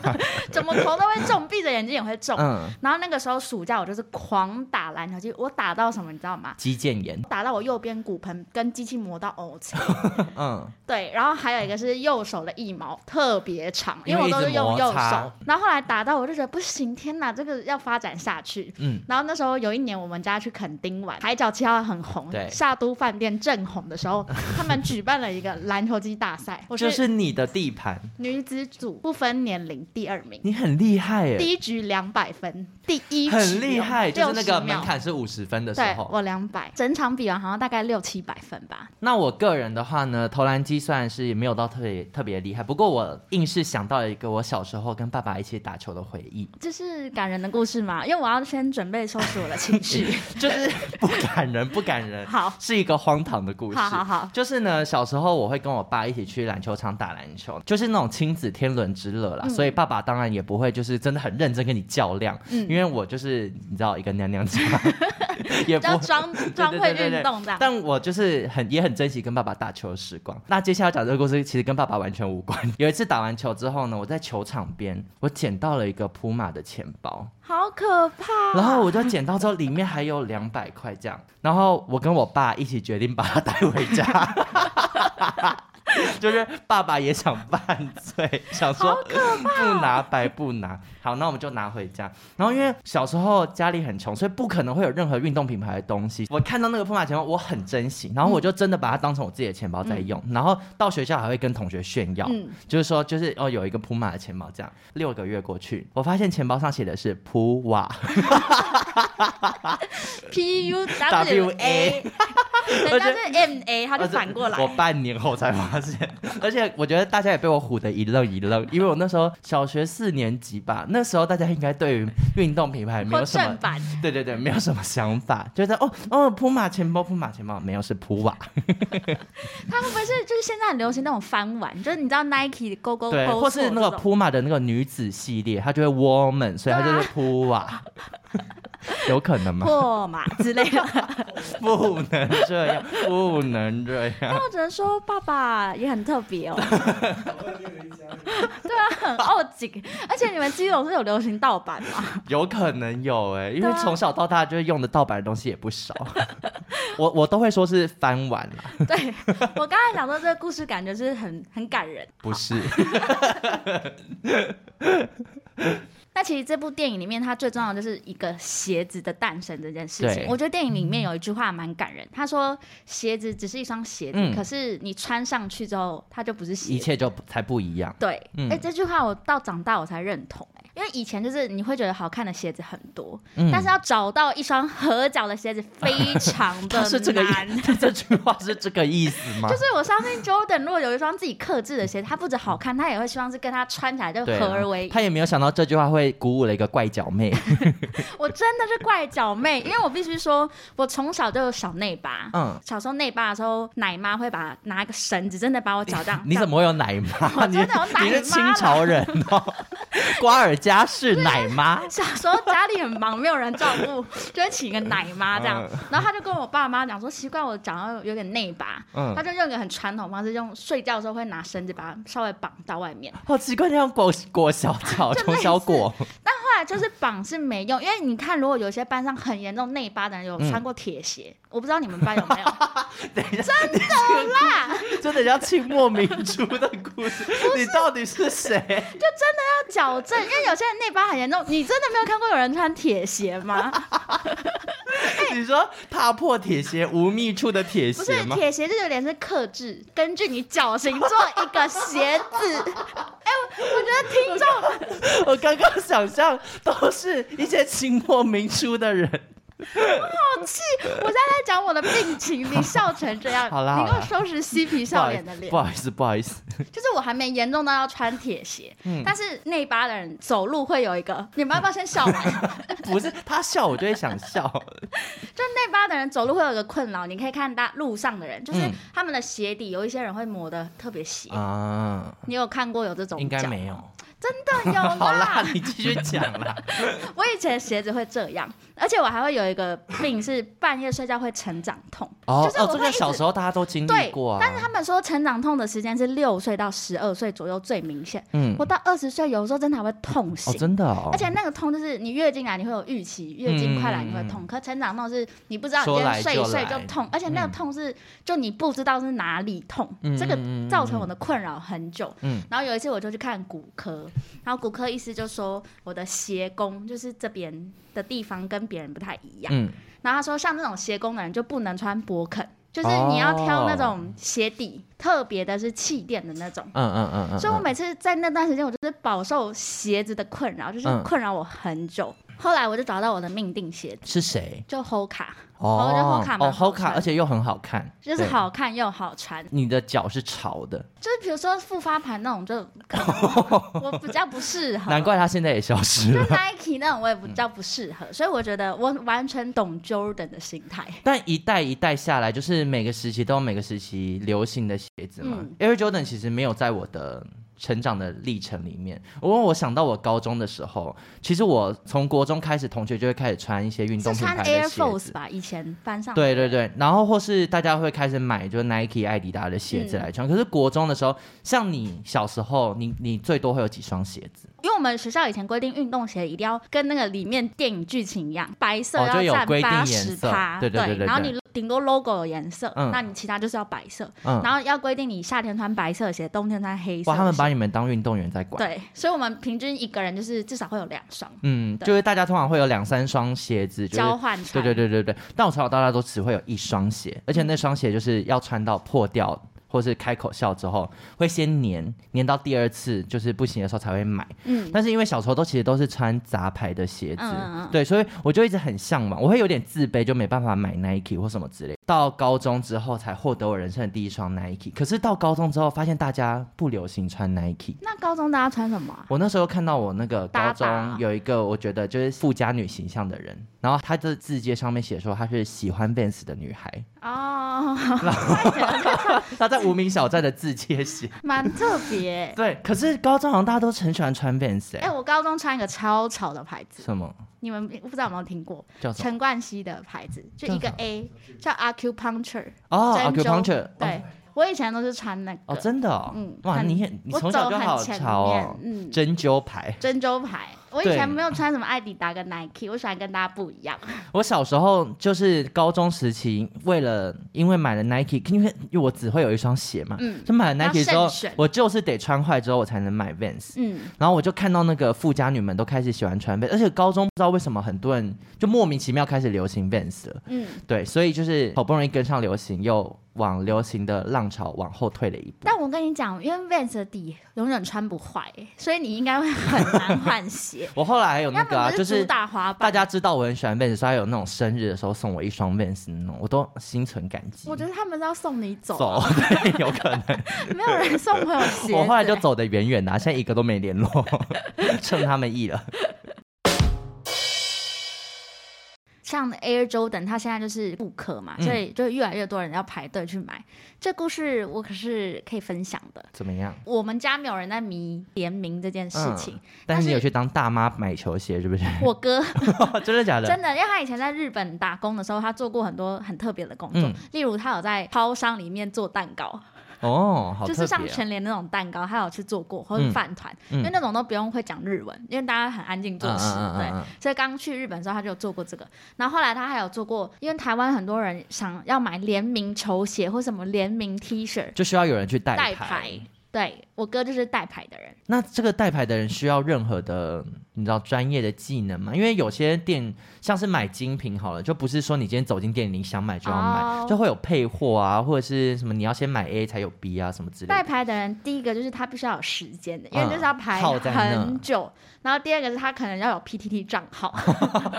[SPEAKER 1] 怎么头都会中，闭着眼睛也会中。
[SPEAKER 2] 嗯，
[SPEAKER 1] 然后那个时候暑假我就是狂打篮球机，我打到什么你知道吗？
[SPEAKER 2] 肌腱炎，
[SPEAKER 1] 打到我右边骨盆跟机器磨到凹
[SPEAKER 2] [LAUGHS]
[SPEAKER 1] 槽，
[SPEAKER 2] 嗯，
[SPEAKER 1] 对，然后还有一个是右手的腋毛特别长，因
[SPEAKER 2] 因为
[SPEAKER 1] 我都是
[SPEAKER 2] 一直
[SPEAKER 1] 用
[SPEAKER 2] 摩
[SPEAKER 1] 右
[SPEAKER 2] 擦
[SPEAKER 1] 手。然后后来打到我就觉得不行，天哪，这个要发展下去。
[SPEAKER 2] 嗯，
[SPEAKER 1] 然后那时候有一年我们家去垦丁玩，海角七号很红，
[SPEAKER 2] 对
[SPEAKER 1] 夏都饭店正红的时
[SPEAKER 2] [LAUGHS]
[SPEAKER 1] 候，他们举办了一个篮球机大赛，我
[SPEAKER 2] 就是是你的地盘，
[SPEAKER 1] 女子组不分年龄第二名。
[SPEAKER 2] 你很厉害耶，
[SPEAKER 1] 第一局两百分，第一局
[SPEAKER 2] 很厉害，就是那个
[SPEAKER 1] 60
[SPEAKER 2] 门
[SPEAKER 1] 秒
[SPEAKER 2] 槛是五十分的时
[SPEAKER 1] 对
[SPEAKER 2] 候，
[SPEAKER 1] 我两百，整场比完好像大概六七百分吧。
[SPEAKER 2] 那我个人的话呢，投篮机虽然是没有到特别特别厉害，不过我硬是想到了一个我小时候跟爸爸一起打球的回
[SPEAKER 1] [LAUGHS]
[SPEAKER 2] 忆，
[SPEAKER 1] 这是感人的故事嘛？因为我要先准备收拾我的情
[SPEAKER 2] [LAUGHS]
[SPEAKER 1] 绪。
[SPEAKER 2] 就是不感人，不感人，
[SPEAKER 1] 好，
[SPEAKER 2] 是一个荒唐的故事。
[SPEAKER 1] 好好好，
[SPEAKER 2] 就是呢，小时候我会跟我爸一起去篮球场打篮球，就是那种亲子天伦之乐啦。
[SPEAKER 1] 嗯
[SPEAKER 2] 所以爸爸当然也不会就是真的很认真跟你较量，
[SPEAKER 1] 嗯
[SPEAKER 2] 因为我就是你知道一个娘娘腔， [LAUGHS] 也不
[SPEAKER 1] 要装装会
[SPEAKER 2] 对对对
[SPEAKER 1] 运动这样。
[SPEAKER 2] 但我就是很也很珍惜跟爸爸打球的时光。那接下来讲这个故事，其实跟爸爸完全无关。有一次打完球之后呢，我在球场边，我捡到了一个普马的钱包，
[SPEAKER 1] 好可怕！
[SPEAKER 2] 然后我就捡到之后，里面还有两百块这样。然后我跟我爸一起决定把它带回家。 [LAUGHS] 就是爸爸也想犯罪，想说不拿白不拿。好，那我们就拿回家。然后因为小时候家里很穷，所以不可能会有任何运动品牌的东西。我看到那个铺马钱包，我很珍惜，然后我就真的把它当成我自己的钱包在用。然后到学校还会跟同学炫耀，
[SPEAKER 1] 嗯
[SPEAKER 2] 就是说就是哦有一个普马的钱包这样。六个月过去，我发现钱包上写的是普瓦。
[SPEAKER 1] P U W
[SPEAKER 2] W
[SPEAKER 1] A，
[SPEAKER 2] A
[SPEAKER 1] [LAUGHS] 人家是 M A，他就
[SPEAKER 2] 而且
[SPEAKER 1] 反过来
[SPEAKER 2] 呃我。半年后才发现， [LAUGHS] 而且我觉得大家也被我唬得一愣一愣，因为我那时候小学四年级吧，那时候大家应该对于运动品牌没
[SPEAKER 1] 或
[SPEAKER 2] 有什
[SPEAKER 1] 正
[SPEAKER 2] 么。
[SPEAKER 1] 版，
[SPEAKER 2] 对对对，没有什么想法，觉得哦哦，普马钱包，普马钱包没有是普瓦，
[SPEAKER 1] 他会不会是就是现在很流行那种翻玩，就是你知道 Nike 的勾勾
[SPEAKER 2] 对，
[SPEAKER 1] 勾
[SPEAKER 2] 或是
[SPEAKER 1] 哦错
[SPEAKER 2] 那个
[SPEAKER 1] 这种 [LAUGHS]
[SPEAKER 2] 普马的那个女子系列，它就会 woman，所以它就是普瓦。有可能吗？
[SPEAKER 1] 破马之类的。
[SPEAKER 2] [LAUGHS] 不能这样，不能这样。
[SPEAKER 1] 但我只能说，爸爸也很特别
[SPEAKER 2] [LAUGHS]
[SPEAKER 1] 哦，啊
[SPEAKER 3] 我也有一家人，
[SPEAKER 1] 很傲景。而且你们基隆是有流行盗版
[SPEAKER 2] [LAUGHS]
[SPEAKER 1] 吗？
[SPEAKER 2] 有可能有哎、因
[SPEAKER 1] 对
[SPEAKER 2] 为
[SPEAKER 1] 啊
[SPEAKER 2] 从小到大就是用的盗版的东西也不少。 [LAUGHS] 我我都会说是翻碗啦，
[SPEAKER 1] 对我刚才想说，这个故事感觉是很很感人。
[SPEAKER 2] 不是
[SPEAKER 1] 那其实这部电影里面，它最重要的就是一个鞋子的诞生这件事情
[SPEAKER 2] 对。
[SPEAKER 1] 我觉得电影里面有一句话蛮感人，他说：“鞋子只是一双鞋子，
[SPEAKER 2] 嗯
[SPEAKER 1] 可是你穿上去之后，它就不是鞋
[SPEAKER 2] 一
[SPEAKER 1] 子。
[SPEAKER 2] 切就不才不一样”。
[SPEAKER 1] 对，哎、
[SPEAKER 2] 嗯
[SPEAKER 1] 这句话我到长大我才认同、哎，因为以前就是你会觉得好看的鞋子很多，
[SPEAKER 2] 嗯
[SPEAKER 1] 但是要找到一双合脚的鞋
[SPEAKER 2] [LAUGHS]
[SPEAKER 1] 子非常的
[SPEAKER 2] 他是这个意
[SPEAKER 1] 难。，
[SPEAKER 2] 他 [LAUGHS] 这句话是这个意思吗？
[SPEAKER 1] [LAUGHS] 就是我相信 Jordan 如果有一双自己克制的鞋子，他不止好看，他也会希望是跟他穿起来就
[SPEAKER 2] 对啊
[SPEAKER 1] 合而为一。
[SPEAKER 2] 他也没有想到这句话会鼓舞了一个怪
[SPEAKER 1] [LAUGHS]
[SPEAKER 2] 脚妹。
[SPEAKER 1] 我真的是怪脚妹，因为我必须说，我从小就有小内八。
[SPEAKER 2] 嗯，。
[SPEAKER 1] 小时候内八的时候，奶妈会把拿一个绳子，真的把我脚这样
[SPEAKER 2] 你怎么会有奶妈？
[SPEAKER 1] [LAUGHS] 我
[SPEAKER 2] 你
[SPEAKER 1] 真的有奶妈啦
[SPEAKER 2] 你是清朝人哦，
[SPEAKER 1] [LAUGHS]
[SPEAKER 2] 瓜尔佳氏奶妈。
[SPEAKER 1] 小时候家里很忙，没有人照顾， [LAUGHS] 就会请一个奶妈这样。
[SPEAKER 2] 嗯
[SPEAKER 1] 然后他就跟我爸妈讲说，奇怪，我脚上有点内八。
[SPEAKER 2] 嗯
[SPEAKER 1] 他，就用一个很传统的方式，用睡觉的时候会拿绳子把它稍微绑到外面。
[SPEAKER 2] 好奇怪，那样裹裹小脚，
[SPEAKER 1] 就类似
[SPEAKER 2] 从小裹。
[SPEAKER 1] 后来就是绑是没用，因为你看，如果有些班上很严重内八的人有穿过铁鞋，我不知道你们班有没有。
[SPEAKER 2] 嗯 [LAUGHS] 等一下，真的啦，真的像清末民初的故事，你到底是谁？
[SPEAKER 1] 矫正，因为有些人内八很严重。你真的没有看过有人穿铁鞋吗？
[SPEAKER 2] 你说踏破铁鞋无觅处的铁
[SPEAKER 1] 不是
[SPEAKER 2] 鞋，吗？
[SPEAKER 1] 铁鞋就有点是克制，根据你脚型做一个鞋子。 [LAUGHS] 哎、我我觉得听众
[SPEAKER 2] [LAUGHS] 我刚刚想象都是一些清末民初的人。
[SPEAKER 1] 好气，我现在在讲我的病情，你笑成这样，
[SPEAKER 2] 好啦
[SPEAKER 1] 你给我
[SPEAKER 2] 好啦
[SPEAKER 1] 收拾嬉皮 [LAUGHS] 笑脸的脸
[SPEAKER 2] 不。好意思，不好意思，嗯
[SPEAKER 1] 就是我还没严重到要穿铁鞋，但是内八的人走路会有一个，你们要不要先笑
[SPEAKER 2] [LAUGHS]
[SPEAKER 1] 完？
[SPEAKER 2] 不是他笑，我就会
[SPEAKER 1] [LAUGHS]
[SPEAKER 2] 想笑。
[SPEAKER 1] 就内八的人走路会有一个困扰，你可以看大路上的人，就是
[SPEAKER 2] 嗯
[SPEAKER 1] 他们的鞋底有一些人会磨得特别斜，
[SPEAKER 2] 啊，
[SPEAKER 1] 你有看过有这种？
[SPEAKER 2] 应该，没有。
[SPEAKER 1] 真的有
[SPEAKER 2] [LAUGHS] 好啦
[SPEAKER 1] 啦。，
[SPEAKER 2] 你继续讲
[SPEAKER 1] [LAUGHS]
[SPEAKER 2] 啦。
[SPEAKER 1] 我以前的鞋子会这样，而且我还会有一个病是半夜睡觉会成长痛，
[SPEAKER 2] 哦
[SPEAKER 1] 就是
[SPEAKER 2] 哦
[SPEAKER 1] 我，
[SPEAKER 2] 这
[SPEAKER 1] 会一
[SPEAKER 2] 个
[SPEAKER 1] 直
[SPEAKER 2] 小时候大家都经历
[SPEAKER 1] 对
[SPEAKER 2] 过啊。
[SPEAKER 1] 但是他们说成长痛的时间是六岁到十二岁左右最明显，
[SPEAKER 2] 嗯，
[SPEAKER 1] 我到二十岁有时候真的还会痛
[SPEAKER 2] 哦，
[SPEAKER 1] 醒。
[SPEAKER 2] 真的哦
[SPEAKER 1] 而。且那个痛就是你月经来你会有预期，月经快来你会痛，可成长痛是你不知道你今天睡一
[SPEAKER 2] 嗯说来
[SPEAKER 1] 睡
[SPEAKER 2] 就来
[SPEAKER 1] 就痛，而且那个痛是、就你不知道是哪里痛，
[SPEAKER 2] 嗯
[SPEAKER 1] 这个
[SPEAKER 2] 嗯嗯
[SPEAKER 1] 造成我的困扰很久。
[SPEAKER 2] 嗯
[SPEAKER 1] 然后有一次我就去看骨科，然后骨科医师就说我的鞋弓就是这边的地方跟别人不太一样，
[SPEAKER 2] 嗯，
[SPEAKER 1] 然后他说像这种鞋弓的人就不能穿勃肯，就是你要
[SPEAKER 2] 哦
[SPEAKER 1] 挑那种鞋底，特别的是气垫的那种。
[SPEAKER 2] 嗯嗯嗯嗯，
[SPEAKER 1] 所以我
[SPEAKER 2] 嗯
[SPEAKER 1] 每次在那段时间，我就是饱受鞋子的困扰，就是
[SPEAKER 2] 嗯
[SPEAKER 1] 困扰我很久。后来我就找到我的命定鞋，
[SPEAKER 2] 是谁？
[SPEAKER 1] 就 Hoka，
[SPEAKER 2] 哦
[SPEAKER 1] 就 Hoka
[SPEAKER 2] 哦
[SPEAKER 1] 蛮好
[SPEAKER 2] Hoka，
[SPEAKER 1] 穿
[SPEAKER 2] 而且又很好看，
[SPEAKER 1] 就是
[SPEAKER 2] 对。
[SPEAKER 1] 好看又好穿。
[SPEAKER 2] 你的脚是潮的，
[SPEAKER 1] 就是比如说复发盘那种就，可能
[SPEAKER 2] [LAUGHS]
[SPEAKER 1] 我比较不适合。
[SPEAKER 2] 难怪它现在也消失
[SPEAKER 1] 就
[SPEAKER 2] 了。
[SPEAKER 1] Nike 那种我也
[SPEAKER 2] 嗯
[SPEAKER 1] 比较不适合，所以我觉得我完全懂 Jordan 的心态。
[SPEAKER 2] 但一代一代下来，就是每个时期都有每个时期流行的鞋子嘛。
[SPEAKER 1] 嗯
[SPEAKER 2] Air Jordan 其实没有在我的成长的历程里面。我我想到我高中的时候，其实我从国中开始，同学就会开始穿一些运动
[SPEAKER 1] 是
[SPEAKER 2] 品
[SPEAKER 1] 穿
[SPEAKER 2] 牌
[SPEAKER 1] Air
[SPEAKER 2] 的鞋
[SPEAKER 1] Force
[SPEAKER 2] 子。
[SPEAKER 1] 吧？以前班上
[SPEAKER 2] 对对对，然后或是大家会开始买就是 Nike、艾迪达的鞋子来
[SPEAKER 1] 嗯
[SPEAKER 2] 穿。可是国中的时候，像你小时候，你你最多会有几双鞋子？
[SPEAKER 1] 因为我们学校以前规定运动鞋一定要跟那个里面电影剧情一样，白色
[SPEAKER 2] 哦就有
[SPEAKER 1] 要占
[SPEAKER 2] 规定
[SPEAKER 1] 八
[SPEAKER 2] 颜
[SPEAKER 1] 十
[SPEAKER 2] 色
[SPEAKER 1] 趴，
[SPEAKER 2] 对对对对
[SPEAKER 1] 然后
[SPEAKER 2] 对
[SPEAKER 1] 你顶多 logo 有颜色，
[SPEAKER 2] 嗯
[SPEAKER 1] 那你其他就是要白色，
[SPEAKER 2] 嗯，
[SPEAKER 1] 然后要规定你夏天穿白色鞋，冬天穿黑色的
[SPEAKER 2] 哇，
[SPEAKER 1] 鞋。
[SPEAKER 2] 他们把你们当运动员在管。
[SPEAKER 1] 对，所以我们平均一个人就是至少会有两双
[SPEAKER 2] 嗯，
[SPEAKER 1] 对
[SPEAKER 2] 就是大家通常会有两三双鞋子，就是
[SPEAKER 1] 交换
[SPEAKER 2] 对
[SPEAKER 1] 穿。
[SPEAKER 2] 对对对对，但我从小到大都只会有一双鞋，而且那双鞋就是要穿到破掉，或是开口笑之后，会先粘，粘到第二次就是不行的时候才会买。
[SPEAKER 1] 嗯，
[SPEAKER 2] 但是因为小时候都其实都是穿杂牌的鞋子，
[SPEAKER 1] 嗯嗯嗯
[SPEAKER 2] 对，所以我就一直很向往，我会有点自卑，就没办法买 Nike 或什么之类。到高中之后才获得我人生的第一双 Nike，可是到高中之后发现大家不流行穿 Nike。
[SPEAKER 1] 那高中大家穿什么啊、
[SPEAKER 2] 我那时候看到我那个高
[SPEAKER 1] 搭档
[SPEAKER 2] 中有一个我觉得就是
[SPEAKER 1] [LAUGHS]
[SPEAKER 2] 富家女形象的人，然后她的字界上面写说她是喜欢 Vans 的女孩，
[SPEAKER 1] 哦，哦，他写的这个
[SPEAKER 2] 他在无名小站的字界写。
[SPEAKER 1] [LAUGHS] 蛮特别、
[SPEAKER 2] 对，可是高中好像大家都很喜欢穿 Vans 哎、
[SPEAKER 1] 哎、我高中穿一个超潮的牌子，
[SPEAKER 2] 什么
[SPEAKER 1] 你们不知道有没有听过？
[SPEAKER 2] 叫什么？
[SPEAKER 1] 陈冠希的牌子，就
[SPEAKER 2] 叫
[SPEAKER 1] 一个
[SPEAKER 2] 什
[SPEAKER 1] A，叫 acupuncture，
[SPEAKER 2] 哦
[SPEAKER 1] 针灸
[SPEAKER 2] ，acupuncture，
[SPEAKER 1] 对、我以前都是穿那个，
[SPEAKER 2] 哦，真的哦，
[SPEAKER 1] 嗯
[SPEAKER 2] 哇，
[SPEAKER 1] 很
[SPEAKER 2] 你也你
[SPEAKER 1] 我
[SPEAKER 2] 从小
[SPEAKER 1] 走
[SPEAKER 2] 就好
[SPEAKER 1] 很前面，
[SPEAKER 2] 潮哦，
[SPEAKER 1] 嗯，
[SPEAKER 2] 针灸牌。
[SPEAKER 1] 针灸牌。我以
[SPEAKER 2] 对
[SPEAKER 1] 前没有穿什么艾迪达跟 Nike，我喜欢跟大家不一
[SPEAKER 2] [LAUGHS]
[SPEAKER 1] 样。
[SPEAKER 2] 我小时候就是高中时期，为了因为买了 Nike，因为因为我只会有一双鞋嘛，
[SPEAKER 1] 嗯
[SPEAKER 2] 就买了
[SPEAKER 1] 要
[SPEAKER 2] Nike 之后
[SPEAKER 1] 慎选，
[SPEAKER 2] 我就是得穿坏之后我才能买 Vans。
[SPEAKER 1] 嗯，
[SPEAKER 2] 然后我就看到那个富家女们都开始喜欢穿 Vans，而且高中不知道为什么很多人就莫名其妙开始流行 Vans 了。
[SPEAKER 1] 嗯，
[SPEAKER 2] 对，所以就是好不容易跟上流行，又往流行的浪潮往后退了一步。。
[SPEAKER 1] 但我跟你讲，因为 Vans 的底永远穿不坏，所以你应该会很难换鞋
[SPEAKER 2] [LAUGHS] 我后来还有那个、
[SPEAKER 1] 要
[SPEAKER 2] 啊，
[SPEAKER 1] 不然
[SPEAKER 2] 就
[SPEAKER 1] 就是
[SPEAKER 2] 是
[SPEAKER 1] 主打滑板。
[SPEAKER 2] 大家知道我很喜欢 Vans，所以还有那种生日的时候送我一双 Vans 那种，我都心存感激。
[SPEAKER 1] 我觉得他们是要送你走
[SPEAKER 2] 走 [LAUGHS]
[SPEAKER 1] 啊，，
[SPEAKER 2] 对，有可能。
[SPEAKER 1] 没有人送我有鞋子。
[SPEAKER 2] [LAUGHS] 我后来就走得远远的啊、现在一个都没联络，趁他们意了。
[SPEAKER 1] 像 Air Jordan，它现在就是顾客嘛，
[SPEAKER 2] 嗯
[SPEAKER 1] 所以就越来越多人要排队去买。这故事我可是可以分享的。
[SPEAKER 2] 怎么样？
[SPEAKER 1] 我们家没有人在迷联名这件事情，
[SPEAKER 2] 但是
[SPEAKER 1] 但是
[SPEAKER 2] 你有去当大妈买球鞋是不是？
[SPEAKER 1] 我哥
[SPEAKER 2] [LAUGHS] 真的假的？
[SPEAKER 1] [LAUGHS] 真的，因为他以前在日本打工的时候，他做过很多很特别的工作，
[SPEAKER 2] 嗯
[SPEAKER 1] 例如他有在超商里面做蛋糕，
[SPEAKER 2] 哦，好
[SPEAKER 1] 就是
[SPEAKER 2] 特别、
[SPEAKER 1] 像
[SPEAKER 2] 啊。
[SPEAKER 1] 全联那种蛋糕，他有去做过，或者
[SPEAKER 2] 嗯
[SPEAKER 1] 饭团，
[SPEAKER 2] 嗯
[SPEAKER 1] 因为那种都不用会讲日文，因为大家很安静做事，
[SPEAKER 2] 嗯嗯嗯嗯
[SPEAKER 1] 对。
[SPEAKER 2] 嗯
[SPEAKER 1] 所以刚去日本的时候，他就有做过这个。然后后来他还有做过，因为台湾很多人想要买联名球鞋或什么联名 T 恤，
[SPEAKER 2] 就需要有人去代
[SPEAKER 1] 代牌。对我哥就是代牌的人，
[SPEAKER 2] 那这个代牌的人需要任何的你知道专业的技能吗？因为有些店像是买精品好了，就不是说你今天走进店里你想买就要买
[SPEAKER 1] 哦
[SPEAKER 2] 就会有配货啊，或者是什么你要先买 A 才有 B 啊什么之类
[SPEAKER 1] 代 [LAUGHS]
[SPEAKER 2] 的。
[SPEAKER 1] 牌的人第一个就是他必须要有时间的，因为
[SPEAKER 2] 嗯
[SPEAKER 1] 就是要排
[SPEAKER 2] 耗在那
[SPEAKER 1] 很久。然后第二个是他可能要有 PTT 账
[SPEAKER 2] [LAUGHS]
[SPEAKER 1] 号，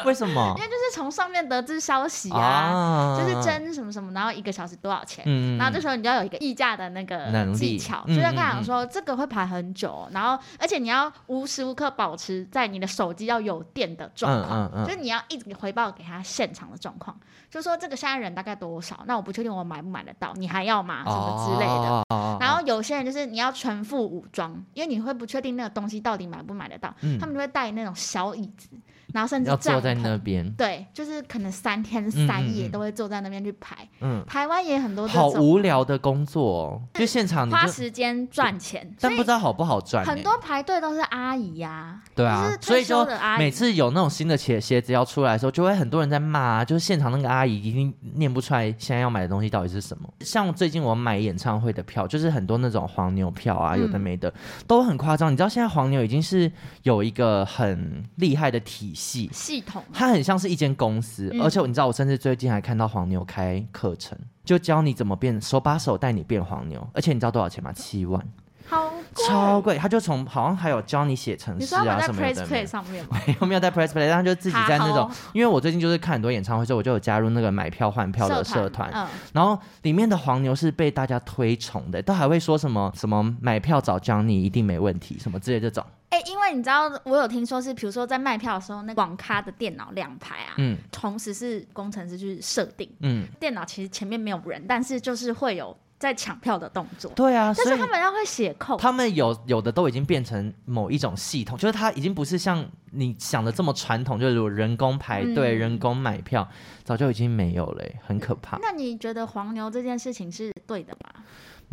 [SPEAKER 2] 为什么
[SPEAKER 1] 因？为就是从上面得知消息啊，
[SPEAKER 2] [LAUGHS] 啊
[SPEAKER 1] 就是真什么什么，然后一个小时多少钱。
[SPEAKER 2] 嗯，嗯
[SPEAKER 1] 然后这时候你就要有一个议价的那个
[SPEAKER 2] 能力
[SPEAKER 1] 技巧，就
[SPEAKER 2] 嗯
[SPEAKER 1] 是要
[SPEAKER 2] 嗯
[SPEAKER 1] 跟他
[SPEAKER 2] 嗯
[SPEAKER 1] 讲说这个会排很久，然后而且你要无时无刻保持在你的手机要有电的状况，
[SPEAKER 2] 嗯嗯嗯
[SPEAKER 1] 就是你要一直回报给他现场的状况，就说这个现在人大概多少，那我不确定我买不买得到，你还要吗？什么之类的。
[SPEAKER 2] 哦哦哦
[SPEAKER 1] 然后有些人就是你要全副武装，因为你会不确定那个东西到底买不买得到，
[SPEAKER 2] 嗯
[SPEAKER 1] 他们就会带那种小椅子，然后甚至
[SPEAKER 2] 要
[SPEAKER 1] 帐
[SPEAKER 2] 坐在
[SPEAKER 1] 篷
[SPEAKER 2] 那边，
[SPEAKER 1] 对，就是可能三天
[SPEAKER 2] 嗯
[SPEAKER 1] 三夜
[SPEAKER 2] 嗯
[SPEAKER 1] 都会坐在那边去排。
[SPEAKER 2] 嗯，
[SPEAKER 1] 台湾也很多这
[SPEAKER 2] 好
[SPEAKER 1] 种
[SPEAKER 2] 无聊的工作、哦，就现场你
[SPEAKER 1] 花
[SPEAKER 2] 就，
[SPEAKER 1] 时间赚钱，所
[SPEAKER 2] 但不
[SPEAKER 1] 以
[SPEAKER 2] 知道好不好赚、欸，
[SPEAKER 1] 很多排队都是阿姨呀、
[SPEAKER 2] 对
[SPEAKER 1] 就是，
[SPEAKER 2] 啊所
[SPEAKER 1] 退
[SPEAKER 2] 以
[SPEAKER 1] 休
[SPEAKER 2] 就
[SPEAKER 1] 的阿姨。
[SPEAKER 2] 每次有那种新的鞋鞋子要出来的时候，就会很多人在骂、啊，就是现场那个阿姨一定念不出来现在要买的东西到底是什么。像最近我买演唱会的票，就是很多那种黄牛票啊，
[SPEAKER 1] 嗯
[SPEAKER 2] 有的没的、都很夸张。你知道现在黄牛已经是有一个很厉害的体系。
[SPEAKER 1] 系统啊
[SPEAKER 2] 它很像是一间公司，
[SPEAKER 1] 嗯
[SPEAKER 2] 而且你知道，我甚至最近还看到黄牛开课程，就教你怎么变手把手带你变黄牛，而且你知道多少钱吗？七万，
[SPEAKER 1] 好贵。
[SPEAKER 2] 超贵。他就从好像还有教你写程
[SPEAKER 1] 你
[SPEAKER 2] 式
[SPEAKER 1] 说他
[SPEAKER 2] 嗯
[SPEAKER 1] 们
[SPEAKER 2] 啊
[SPEAKER 1] 在
[SPEAKER 2] 什么有
[SPEAKER 1] Press
[SPEAKER 2] 的没
[SPEAKER 1] Play
[SPEAKER 2] 的。
[SPEAKER 1] 上面
[SPEAKER 2] [LAUGHS]
[SPEAKER 1] 吗？
[SPEAKER 2] 有没有在 Press Play？但就自己在那
[SPEAKER 1] 好
[SPEAKER 2] 种
[SPEAKER 1] 好，
[SPEAKER 2] 因为我最近就是看很多演唱会之后，我就有加入那个买票换票的社团，
[SPEAKER 1] 嗯，
[SPEAKER 2] 然后里面的黄牛是被大家推崇的，都还会说什么什么买票找 Johnny 一定没问题什么之类这种。
[SPEAKER 1] 哎、因为你知道，我有听说是，比如说在卖票的时候，那网咖的电脑两排啊，
[SPEAKER 2] 嗯
[SPEAKER 1] 同时是工程师去设定，
[SPEAKER 2] 嗯，
[SPEAKER 1] 电脑其实前面没有人，但是就是会有在抢票的动作，
[SPEAKER 2] 对啊，
[SPEAKER 1] 但
[SPEAKER 2] 所
[SPEAKER 1] 是
[SPEAKER 2] 以
[SPEAKER 1] 他们要会写扣，
[SPEAKER 2] 他们有有的都已经变成某一种系统，就是它已经不是像你想的这么传统，就是有人工排队、
[SPEAKER 1] 嗯
[SPEAKER 2] 人工买票，早就已经没有了欸、很可怕。
[SPEAKER 1] 那你觉得黄牛这件事情是对的吗？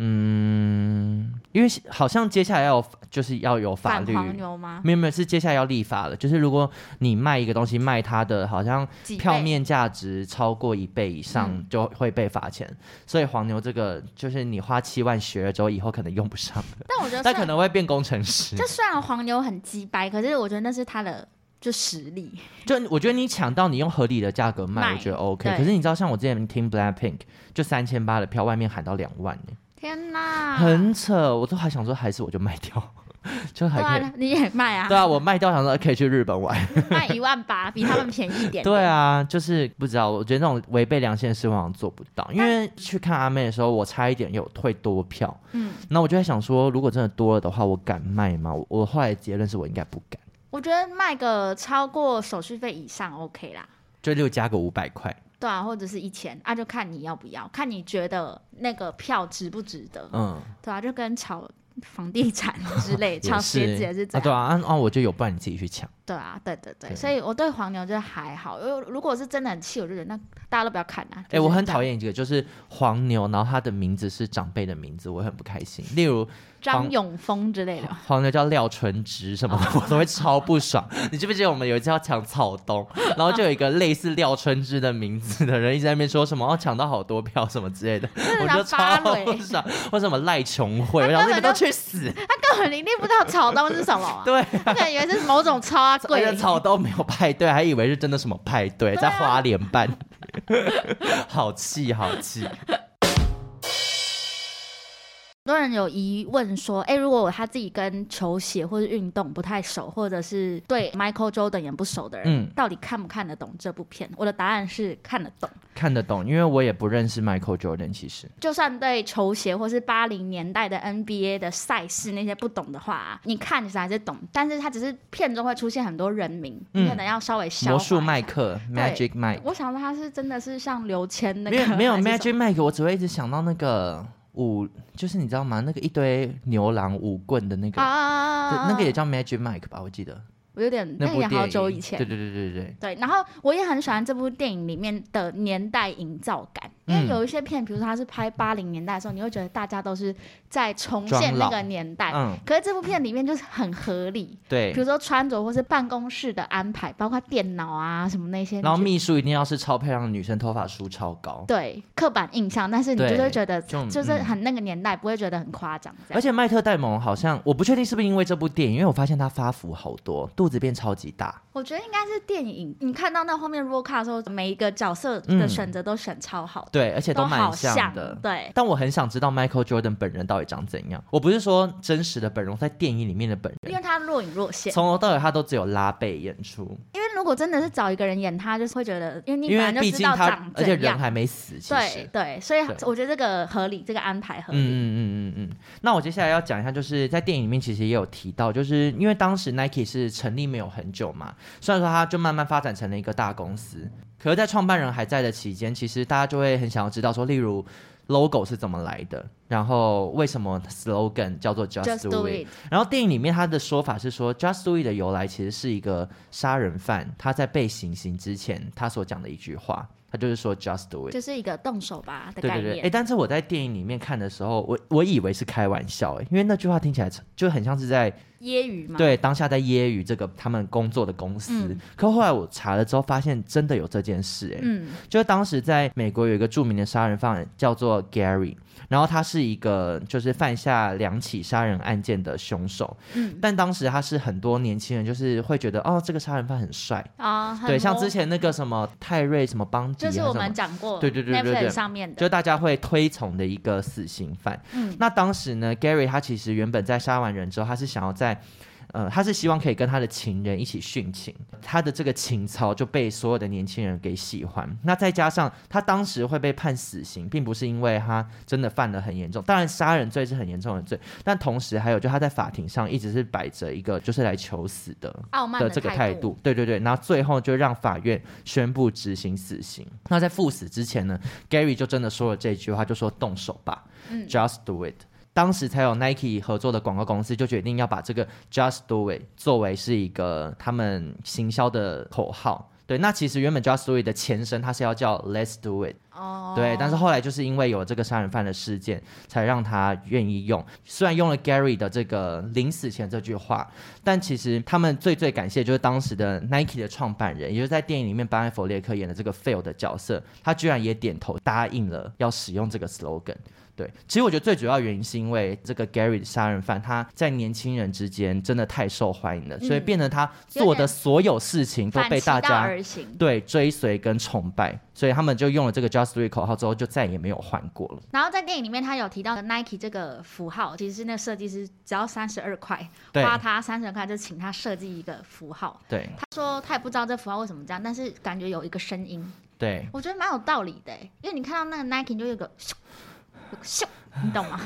[SPEAKER 2] 嗯，因为好像接下来要有就是要有法
[SPEAKER 1] 反
[SPEAKER 2] 律。
[SPEAKER 1] 黄牛吗？
[SPEAKER 2] 没有没有，是接下来要立法了。就是如果你卖一个东西，卖它的好像
[SPEAKER 1] 几倍嗯
[SPEAKER 2] 票面价值超过一倍以上，就会被罚钱。所以黄牛这个，就是你花七万学了之后，以后可能用不上，
[SPEAKER 1] 但我觉得
[SPEAKER 2] 但
[SPEAKER 1] 虽
[SPEAKER 2] 可能会变工程师
[SPEAKER 1] 就。虽然黄牛很鸡掰，可是我觉得那是他的就实力。
[SPEAKER 2] 就我觉得你抢到，你用合理的价格卖，
[SPEAKER 1] 卖
[SPEAKER 2] 我觉得 OK。
[SPEAKER 1] 对
[SPEAKER 2] 可是你知道，像我之前听 Blackpink，就三千八的票，外面喊到两万呢、
[SPEAKER 1] 天哪，
[SPEAKER 2] 很扯。我都还想说，还是我就卖掉， [LAUGHS] 就还
[SPEAKER 1] 对
[SPEAKER 2] 可以。
[SPEAKER 1] 啊，你也卖啊，
[SPEAKER 2] 对啊，我卖掉想说可以去日本玩。
[SPEAKER 1] 卖一万八，比他们便宜一点点。
[SPEAKER 2] [LAUGHS] 对啊，就是不知道，我觉得那种违背良心的事我好像做不到，因为去看阿妹的时候，我差一点有退多票，
[SPEAKER 1] 嗯，
[SPEAKER 2] 那我就在想说，如果真的多了的话，我敢卖吗？我我后来结论是我应该不敢，
[SPEAKER 1] 我觉得卖个超过手续费以上 OK 啦。
[SPEAKER 2] 就六加个五百块，
[SPEAKER 1] 对啊，或者是一千啊，就看你要不要，看你觉得那个票值不值得，
[SPEAKER 2] 嗯，
[SPEAKER 1] 对啊，就跟炒房地产之类，
[SPEAKER 2] [LAUGHS] 也
[SPEAKER 1] 炒鞋子也是这
[SPEAKER 2] 啊对
[SPEAKER 1] 样，
[SPEAKER 2] 啊，啊啊，我就有，不然你自己去抢。
[SPEAKER 1] 对啊，对对对，
[SPEAKER 2] 对
[SPEAKER 1] 所以我对黄牛就还好，因为如果是真的很气，我就觉得那大家都不要看啊。
[SPEAKER 2] 哎、我很
[SPEAKER 1] 厌
[SPEAKER 2] 讨厌一个，就是黄牛，然后他的名字是长辈的名字，我会很不开心。例如
[SPEAKER 1] 张
[SPEAKER 2] 黄
[SPEAKER 1] 永峰之类的，
[SPEAKER 2] 黄牛叫廖纯植什么的，
[SPEAKER 1] 哦
[SPEAKER 2] 我都会超不爽。你记不记得我们有一次要抢草
[SPEAKER 1] [LAUGHS]
[SPEAKER 2] 东，然后就有一个类似廖春枝的名字的人一直在那边说什么哦抢到好多票什么之类的，我
[SPEAKER 1] 拿
[SPEAKER 2] 就
[SPEAKER 1] 芭
[SPEAKER 2] 超
[SPEAKER 1] 蕾
[SPEAKER 2] [LAUGHS] 不爽。为什么赖琼慧？我
[SPEAKER 1] 他
[SPEAKER 2] 想说你
[SPEAKER 1] 根本
[SPEAKER 2] 们都
[SPEAKER 1] 就
[SPEAKER 2] 去死！
[SPEAKER 1] 他根本一定不知道草东是什么、啊，
[SPEAKER 2] 对
[SPEAKER 1] 他可能以为是某种超
[SPEAKER 2] [LAUGHS]
[SPEAKER 1] 阿
[SPEAKER 2] 而
[SPEAKER 1] 贵
[SPEAKER 2] 且，草东没有派对，还以为是真的什么派
[SPEAKER 1] 对
[SPEAKER 2] 对，
[SPEAKER 1] 啊
[SPEAKER 2] 在花莲办， [LAUGHS] 好气好
[SPEAKER 1] [LAUGHS]
[SPEAKER 2] 气。
[SPEAKER 1] 很多人有疑问说，哎、如果他自己跟球鞋或是运动不太熟，或者是对 Michael Jordan 也不熟的人，
[SPEAKER 2] 嗯
[SPEAKER 1] 到底看不看得懂这部片？我的答案是看得懂。
[SPEAKER 2] 看得懂，因为我也不认识 Michael Jordan，其实
[SPEAKER 1] 就算对球鞋或是八零年代的 NBA 的赛事那些不懂的话、啊你看起来还是懂，但是它只是片中会出现很多人名，
[SPEAKER 2] 嗯
[SPEAKER 1] 你可能要稍微消化
[SPEAKER 2] 魔术
[SPEAKER 1] 一下
[SPEAKER 2] 麦。克 Magic Mike，
[SPEAKER 1] 我想说他是真的是像刘谦那
[SPEAKER 2] 没
[SPEAKER 1] 个
[SPEAKER 2] 有没有
[SPEAKER 1] 还是什么
[SPEAKER 2] Magic Mike，我只会一直想到那个舞，就是你知道吗？那个一堆牛郎舞棍的那个，对
[SPEAKER 1] 啊，
[SPEAKER 2] 那个也叫 Magic Mike 吧？我记得
[SPEAKER 1] 我有点
[SPEAKER 2] 那
[SPEAKER 1] 那
[SPEAKER 2] 部
[SPEAKER 1] 个也
[SPEAKER 2] 电
[SPEAKER 1] 好
[SPEAKER 2] 影，
[SPEAKER 1] 久以前
[SPEAKER 2] 对。对对对对，
[SPEAKER 1] 对，然后我也很喜欢这部电影里面的年代营造感，因为
[SPEAKER 2] 嗯
[SPEAKER 1] 有一些片，比如说它是拍八零年代的时候，你会觉得大家都是在重现
[SPEAKER 2] 装
[SPEAKER 1] 那
[SPEAKER 2] 老
[SPEAKER 1] 个年代。
[SPEAKER 2] 嗯，
[SPEAKER 1] 可是这部片里面就是很合理，比
[SPEAKER 2] 对
[SPEAKER 1] 如。说穿着或是办公室的安排，包括电脑啊什么那些，
[SPEAKER 2] 然后
[SPEAKER 1] 你
[SPEAKER 2] 秘书一定要是超漂亮的女生，头发梳超高
[SPEAKER 1] 就，对刻板印象，但是你
[SPEAKER 2] 对
[SPEAKER 1] 就是会觉得
[SPEAKER 2] 就
[SPEAKER 1] 就是
[SPEAKER 2] 嗯
[SPEAKER 1] 很那个年代，不会觉得很夸张这
[SPEAKER 2] 而
[SPEAKER 1] 样。
[SPEAKER 2] 且麦特戴蒙好像我不确定是不是因为这部电影，因为我发现他发福好多，肚子变超级大。
[SPEAKER 1] 我觉得应该是电影，你看到那后面 roll call 的时候，每一个角色的
[SPEAKER 2] 嗯
[SPEAKER 1] 选择都选超好的，
[SPEAKER 2] 对，而且
[SPEAKER 1] 都
[SPEAKER 2] 蛮
[SPEAKER 1] 好
[SPEAKER 2] 像的。
[SPEAKER 1] 对。
[SPEAKER 2] 但我很想知道 Michael Jordan 本人到底长怎样。我不是说真实的本人，我在电影里面的本
[SPEAKER 1] 因
[SPEAKER 2] 人
[SPEAKER 1] 为，他若隐若现，
[SPEAKER 2] 从头到尾他都只有拉背演出，
[SPEAKER 1] 因为如果真的是找一个人演他，就是会觉得，因为你
[SPEAKER 2] 因
[SPEAKER 1] 本
[SPEAKER 2] 为
[SPEAKER 1] 来就
[SPEAKER 2] 毕
[SPEAKER 1] 知
[SPEAKER 2] 竟
[SPEAKER 1] 道
[SPEAKER 2] 他
[SPEAKER 1] 长
[SPEAKER 2] 而且
[SPEAKER 1] 怎
[SPEAKER 2] 人
[SPEAKER 1] 样，
[SPEAKER 2] 还没死，其
[SPEAKER 1] 对
[SPEAKER 2] 实。
[SPEAKER 1] 对，所以
[SPEAKER 2] 对
[SPEAKER 1] 我觉得这个合理，这个安排合
[SPEAKER 2] 嗯
[SPEAKER 1] 理。
[SPEAKER 2] 嗯嗯嗯嗯，那我接下来要讲一下，就是在电影里面其实也有提到，就是因为当时 Nike 是成立没有很久嘛，虽然说它就慢慢发展成了一个大公司，可是，在创办人还在的期间，其实大家就会很想要知道说，例如 logo 是怎么来的，然后为什么 slogan 叫做嗯 Just,
[SPEAKER 1] Just
[SPEAKER 2] Do
[SPEAKER 1] do
[SPEAKER 2] It，
[SPEAKER 1] it，
[SPEAKER 2] 然后电影里面他的说法是说，Just Do It 的由来其实是一个杀人犯他在被行刑之前他所讲的一句话，他就是说 Just Do It。
[SPEAKER 1] 就是一个动手吧的
[SPEAKER 2] 对
[SPEAKER 1] 概
[SPEAKER 2] 对对，哎，
[SPEAKER 1] 念。
[SPEAKER 2] 但是我在电影里面看的时候，我我以为是开玩笑，哎，因为那句话听起来就很像是在
[SPEAKER 1] 揶揄嘛，
[SPEAKER 2] 对当下在揶揄这个他们工作的公司。
[SPEAKER 1] 嗯
[SPEAKER 2] 可后来我查了之后，发现真的有这件事，哎、
[SPEAKER 1] 嗯，
[SPEAKER 2] 就是当时在美国有一个著名的杀人犯叫做 Gary，然后他是一个就是犯下两起杀人案件的凶手，
[SPEAKER 1] 嗯
[SPEAKER 2] 但当时他是很多年轻人就是会觉得哦这个杀人犯很帅，
[SPEAKER 1] 啊，很
[SPEAKER 2] 对，像
[SPEAKER 1] 多
[SPEAKER 2] 之前那个什么泰瑞什么邦迪
[SPEAKER 1] 就
[SPEAKER 2] 还
[SPEAKER 1] 是
[SPEAKER 2] 是什
[SPEAKER 1] 我
[SPEAKER 2] 么
[SPEAKER 1] 们。讲过，
[SPEAKER 2] 对对对对
[SPEAKER 1] Netflix
[SPEAKER 2] 对
[SPEAKER 1] 上面
[SPEAKER 2] 就
[SPEAKER 1] 的，
[SPEAKER 2] 大家会推崇的一个死刑犯。
[SPEAKER 1] 嗯
[SPEAKER 2] 那当时呢，Gary 他其实原本在杀完人之后，他是想要在，呃，他是希望可以跟他的情人一起殉情。他的这个情操就被所有的年轻人给喜欢。那再加上他当时会被判死刑，并不是因为他真的犯了很严重，当然杀人罪是很严重的罪，但同时还有就他在法庭上一直是摆着一个就是来求死的
[SPEAKER 1] 傲慢
[SPEAKER 2] 的这个态
[SPEAKER 1] 度，
[SPEAKER 2] 度，对对对，然后最后就让法院宣布执行死刑。那在赴死之前呢，Gary 就真的说了这句话，就说动手吧、
[SPEAKER 1] 嗯
[SPEAKER 2] j u s t do it。当时才有 Nike 合作的广告公司就决定要把这个 Just Do It 作为是一个他们行销的口号。对，那其实原本 Just Do It 的前身它是要叫 Let's Do It，
[SPEAKER 1] 哦，
[SPEAKER 2] 对，但是后来就是因为有这个杀人犯的事件，才让他愿意用。虽然用了 Gary 的这个临死前这句话，但其实他们最最感谢就是当时的 Nike 的创办人，也就是在电影里面班艾弗列克演的这个 Phil 的角色，他居然也点头答应了要使用这个 slogan。对，其实我觉得最主要原因是因为这个 Gary 的杀人犯，他在年轻人之间真的太受欢迎了，所以
[SPEAKER 1] 嗯
[SPEAKER 2] 变得他
[SPEAKER 1] 有
[SPEAKER 2] 做的
[SPEAKER 1] 点
[SPEAKER 2] 所有事情都
[SPEAKER 1] 反
[SPEAKER 2] 被
[SPEAKER 1] 其
[SPEAKER 2] 大
[SPEAKER 1] 道
[SPEAKER 2] 家
[SPEAKER 1] 而行。
[SPEAKER 2] 对追随跟崇拜，所以他们就用了这个 Just Do It 口号之后，就再也没有换过了。
[SPEAKER 1] 然后在电影里面，他有提到的 Nike 这个符号，其实是那个设计师只要三十二块，
[SPEAKER 2] 对
[SPEAKER 1] 花他三十块就请他设计一个符号。
[SPEAKER 2] 对
[SPEAKER 1] 他说他也不知道这符号为什么这样，但是感觉有一个声音，
[SPEAKER 2] 对，
[SPEAKER 1] 我觉得蛮有道理的欸。因为你看到那个 Nike 就有一个咻有个咻，你懂
[SPEAKER 2] [LAUGHS]
[SPEAKER 1] 吗？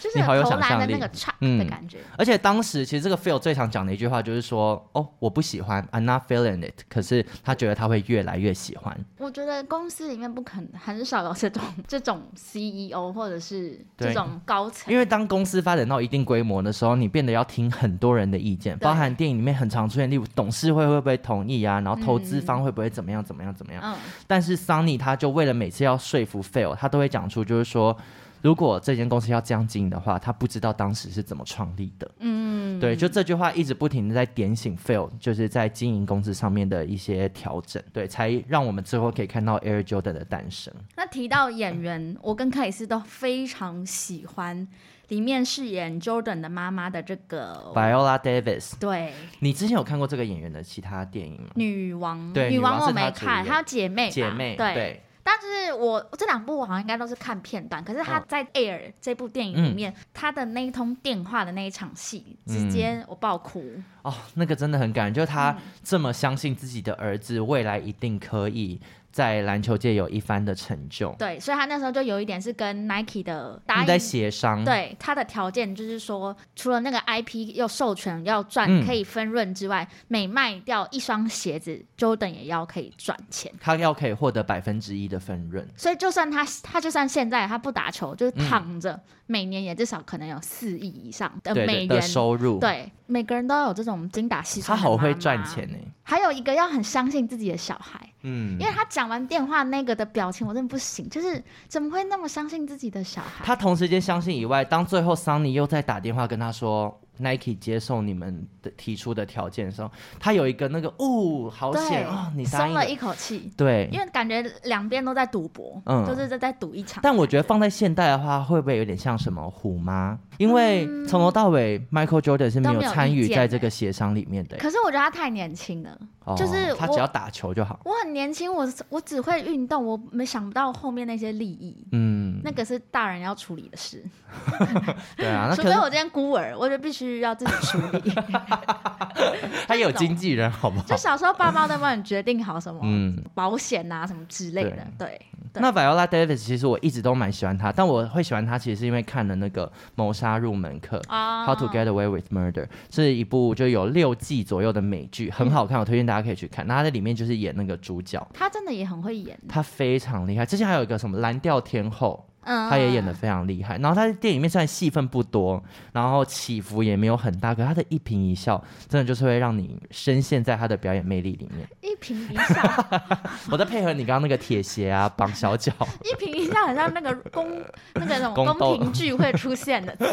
[SPEAKER 1] 就是
[SPEAKER 2] 你好有
[SPEAKER 1] 投
[SPEAKER 2] 想
[SPEAKER 1] 篮的
[SPEAKER 2] 象
[SPEAKER 1] 那
[SPEAKER 2] 力
[SPEAKER 1] 个 c
[SPEAKER 2] 嗯
[SPEAKER 1] 的感觉。
[SPEAKER 2] 而且当时其实这个 Phil 最常讲的一句话就是说，哦，我不喜欢，I'm not feeling it。可是他觉得他会越来越喜欢。
[SPEAKER 1] 我觉得公司里面不肯很少有这种这种 CEO 或者是这
[SPEAKER 2] 对
[SPEAKER 1] 种高层，
[SPEAKER 2] 因为当公司发展到一定规模的时候，你变得要听很多人的意见，
[SPEAKER 1] 对
[SPEAKER 2] 包含电影里面很常出现，例如董事会会不会同意啊，然后投资方会不会怎么样怎么样怎么样。
[SPEAKER 1] 嗯，
[SPEAKER 2] 但是 Sunny 他就为了每次要说服 Phil，他都会讲出就是说，如果这间公司要这样经营的话，他不知道当时是怎么创立的。嗯，对，就这句话一直不停的在点醒 Phil，就是在经营公司上面的一些调整，对，才让我们最后可以看到 Air Jordan 的诞生。
[SPEAKER 1] 那提到演员，我跟克里斯都非常喜欢里面饰演 Jordan 的妈妈的这个
[SPEAKER 2] Viola Davis，
[SPEAKER 1] 对
[SPEAKER 2] 你之前有看过这个演员的其他电影吗？
[SPEAKER 1] 女王，
[SPEAKER 2] 对
[SPEAKER 1] 女
[SPEAKER 2] 女王
[SPEAKER 1] 我
[SPEAKER 2] 是她
[SPEAKER 1] 没
[SPEAKER 2] 主
[SPEAKER 1] 看，
[SPEAKER 2] 演
[SPEAKER 1] 还有姐妹吧，
[SPEAKER 2] 姐妹，
[SPEAKER 1] 对。
[SPEAKER 2] 对
[SPEAKER 1] 但是我这两部我好像应该都是看片段，可是他
[SPEAKER 2] 嗯
[SPEAKER 1] 在《Air》这部电影里面，他的那一通电话的那一场戏，直
[SPEAKER 2] 嗯
[SPEAKER 1] 接我爆哭。
[SPEAKER 2] 哦，那个真的很感人，就是他
[SPEAKER 1] 嗯
[SPEAKER 2] 这么相信自己的儿子未来一定可以在篮球界有一番的成就。
[SPEAKER 1] 对，所以他那时候就有一点是跟 Nike 的答
[SPEAKER 2] 他们嗯在
[SPEAKER 1] 应
[SPEAKER 2] 协商，
[SPEAKER 1] 对他的条件就是说，除了那个 IP 要授权要赚、
[SPEAKER 2] 嗯
[SPEAKER 1] 可以分润之外，每卖掉一双鞋子，Jordan 也要可以赚钱。
[SPEAKER 2] 他要可以获得百分之一的分润。
[SPEAKER 1] 所以就算他他就算现在他不打球，就是躺着，每年也至少可能有四亿以上的
[SPEAKER 2] 嗯对
[SPEAKER 1] 呃美
[SPEAKER 2] 对
[SPEAKER 1] 元。
[SPEAKER 2] 的收入，，
[SPEAKER 1] 对，每个人都有这种精打细
[SPEAKER 2] 他
[SPEAKER 1] 算。
[SPEAKER 2] 好会赚钱。呢、
[SPEAKER 1] 还有一个要很相信自己的小孩，
[SPEAKER 2] 嗯
[SPEAKER 1] 因，为他讲完电话那个的表情，我真的不行，就是怎么会那么相信自己的小孩？
[SPEAKER 2] 他同时间相信以外，当最后桑尼又在打电话跟他说 Nike 接受你们的提出的条件的时候，他有一个那个哦，好
[SPEAKER 1] 对
[SPEAKER 2] 险哦，，你答
[SPEAKER 1] 松
[SPEAKER 2] 应
[SPEAKER 1] 了一口气。
[SPEAKER 2] 对
[SPEAKER 1] 因。为感觉两边都在赌博，
[SPEAKER 2] 嗯
[SPEAKER 1] 就是在在赌一场。
[SPEAKER 2] 但我觉得放在现代的话，会不会有点像什么虎妈？因为从头到尾，Michael Jordan 是
[SPEAKER 1] 嗯
[SPEAKER 2] 没
[SPEAKER 1] 都
[SPEAKER 2] 有
[SPEAKER 1] 没有
[SPEAKER 2] 参
[SPEAKER 1] 意
[SPEAKER 2] 与
[SPEAKER 1] 见
[SPEAKER 2] 在
[SPEAKER 1] 欸
[SPEAKER 2] 这个协商里面的欸、
[SPEAKER 1] 可是我觉得他太年轻了，
[SPEAKER 2] 哦
[SPEAKER 1] 就是
[SPEAKER 2] 他
[SPEAKER 1] 我
[SPEAKER 2] 只要打球就好。
[SPEAKER 1] 我很年轻，我我只会运动，我没想不到后面那些利益，
[SPEAKER 2] 嗯，
[SPEAKER 1] 那个是大人要处理的事。
[SPEAKER 2] 对啊，那
[SPEAKER 1] 除
[SPEAKER 2] 可
[SPEAKER 1] 非
[SPEAKER 2] 能
[SPEAKER 1] 我今天孤儿，我就必须要自己处理。
[SPEAKER 2] 他也有经纪人，好不 [LAUGHS] 好
[SPEAKER 1] 就？小时候爸妈都帮你决定好什么、
[SPEAKER 2] 嗯
[SPEAKER 1] 保险啊什么之类的，对。对
[SPEAKER 2] 那 Viola Davis 其实我一直都蛮喜欢她，但我会喜欢她其实是因为看了那个《谋杀入门课》
[SPEAKER 1] 啊
[SPEAKER 2] [LAUGHS] How to Get Away with Murder》，是一部就有六季左右的美剧，很好看，我推荐大家可以去看。那她在里面就是演那个主角，
[SPEAKER 1] 他真的也很会
[SPEAKER 2] [LAUGHS]
[SPEAKER 1] 演，
[SPEAKER 2] 她非常厉害。之前还有一个什么《蓝调天后》，
[SPEAKER 1] 嗯，
[SPEAKER 2] 她也演的非常厉害。然后她在电影里面虽然戏份不多，然后起伏也没有很大，可她的一颦一笑真的就是会让你深陷在她的表演魅力里面。
[SPEAKER 1] 嗯一颦一笑，
[SPEAKER 2] 我在配合你刚刚那个铁鞋啊，绑小脚。
[SPEAKER 1] 一颦一笑，很像那个宫 [LAUGHS] 那个什么
[SPEAKER 2] 宫斗
[SPEAKER 1] 宫廷剧会出现的
[SPEAKER 2] [LAUGHS]
[SPEAKER 1] 词。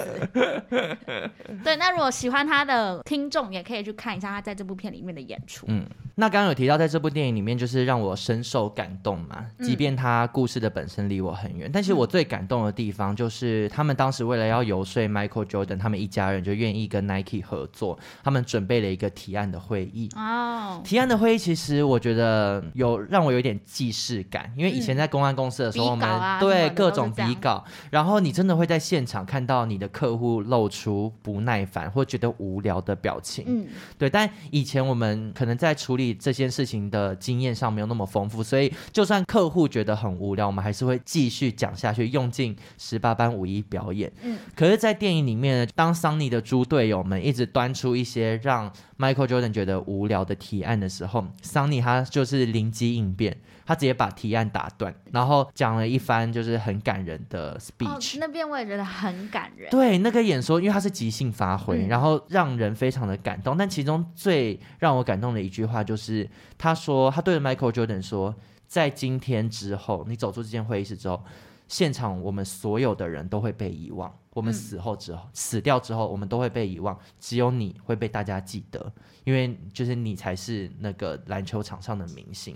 [SPEAKER 1] 对，那如果喜欢他的听众，也可以去看一下他在这部片里面的演出。
[SPEAKER 2] 嗯，那刚刚有提到，在这部电影里面，就是让我深受感动嘛。即便它故事的本身离我很远，但是我最感动的地方就是，他们当时为了要游说 Michael Jordan，他们一家人就愿意跟 Nike 合作，他们准备了一个提案的会议。
[SPEAKER 1] 哦，
[SPEAKER 2] 提案的会议其实我觉得有让我有点既视感，因为以前在公安公司的时候，
[SPEAKER 1] 嗯
[SPEAKER 2] 我们
[SPEAKER 1] 比稿啊什
[SPEAKER 2] 对
[SPEAKER 1] 么的
[SPEAKER 2] 各
[SPEAKER 1] 都是
[SPEAKER 2] 种
[SPEAKER 1] 这样
[SPEAKER 2] 比稿，然后你真的会在现场看到你的客户露出不耐烦或觉得无聊的表情。
[SPEAKER 1] 嗯，
[SPEAKER 2] 对，但以前我们可能在处理这件事情的经验上没有那么丰富，所以就算客户觉得很无聊，我们还是会继续讲下去，用尽十八般武艺表演。
[SPEAKER 1] 嗯，
[SPEAKER 2] 可是，在电影里面呢，当桑尼的猪队友们一直端出一些让 Michael Jordan 觉得无聊的提案的时候，桑尼他就是灵机应变，他直接把提案打断，然后讲了一番就是很感人的
[SPEAKER 1] 哦
[SPEAKER 2] speech，、，
[SPEAKER 1] 那边我也觉得很感人。
[SPEAKER 2] 对，那个演说，因为他是即兴发挥，
[SPEAKER 1] 嗯
[SPEAKER 2] 然后让人非常的感动。但其中最让我感动的一句话就是，他说他对着 Michael Jordan 说，在今天之后，你走出这间会议室之后，现场我们所有的人都会被遗忘。我
[SPEAKER 1] 嗯
[SPEAKER 2] 们死后之后，死掉之后，我们都会被遗忘，只有你会被大家记得，因为就是你才是那个篮球场上的明星。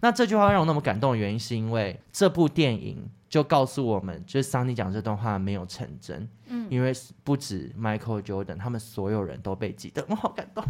[SPEAKER 2] 那这句话让我那么感动的原因，是因为这部电影就告诉我们，就是桑尼讲这段话没有成真，嗯，因为不止 Michael [LAUGHS] Jordan，他们所有人都被记得，我好感动，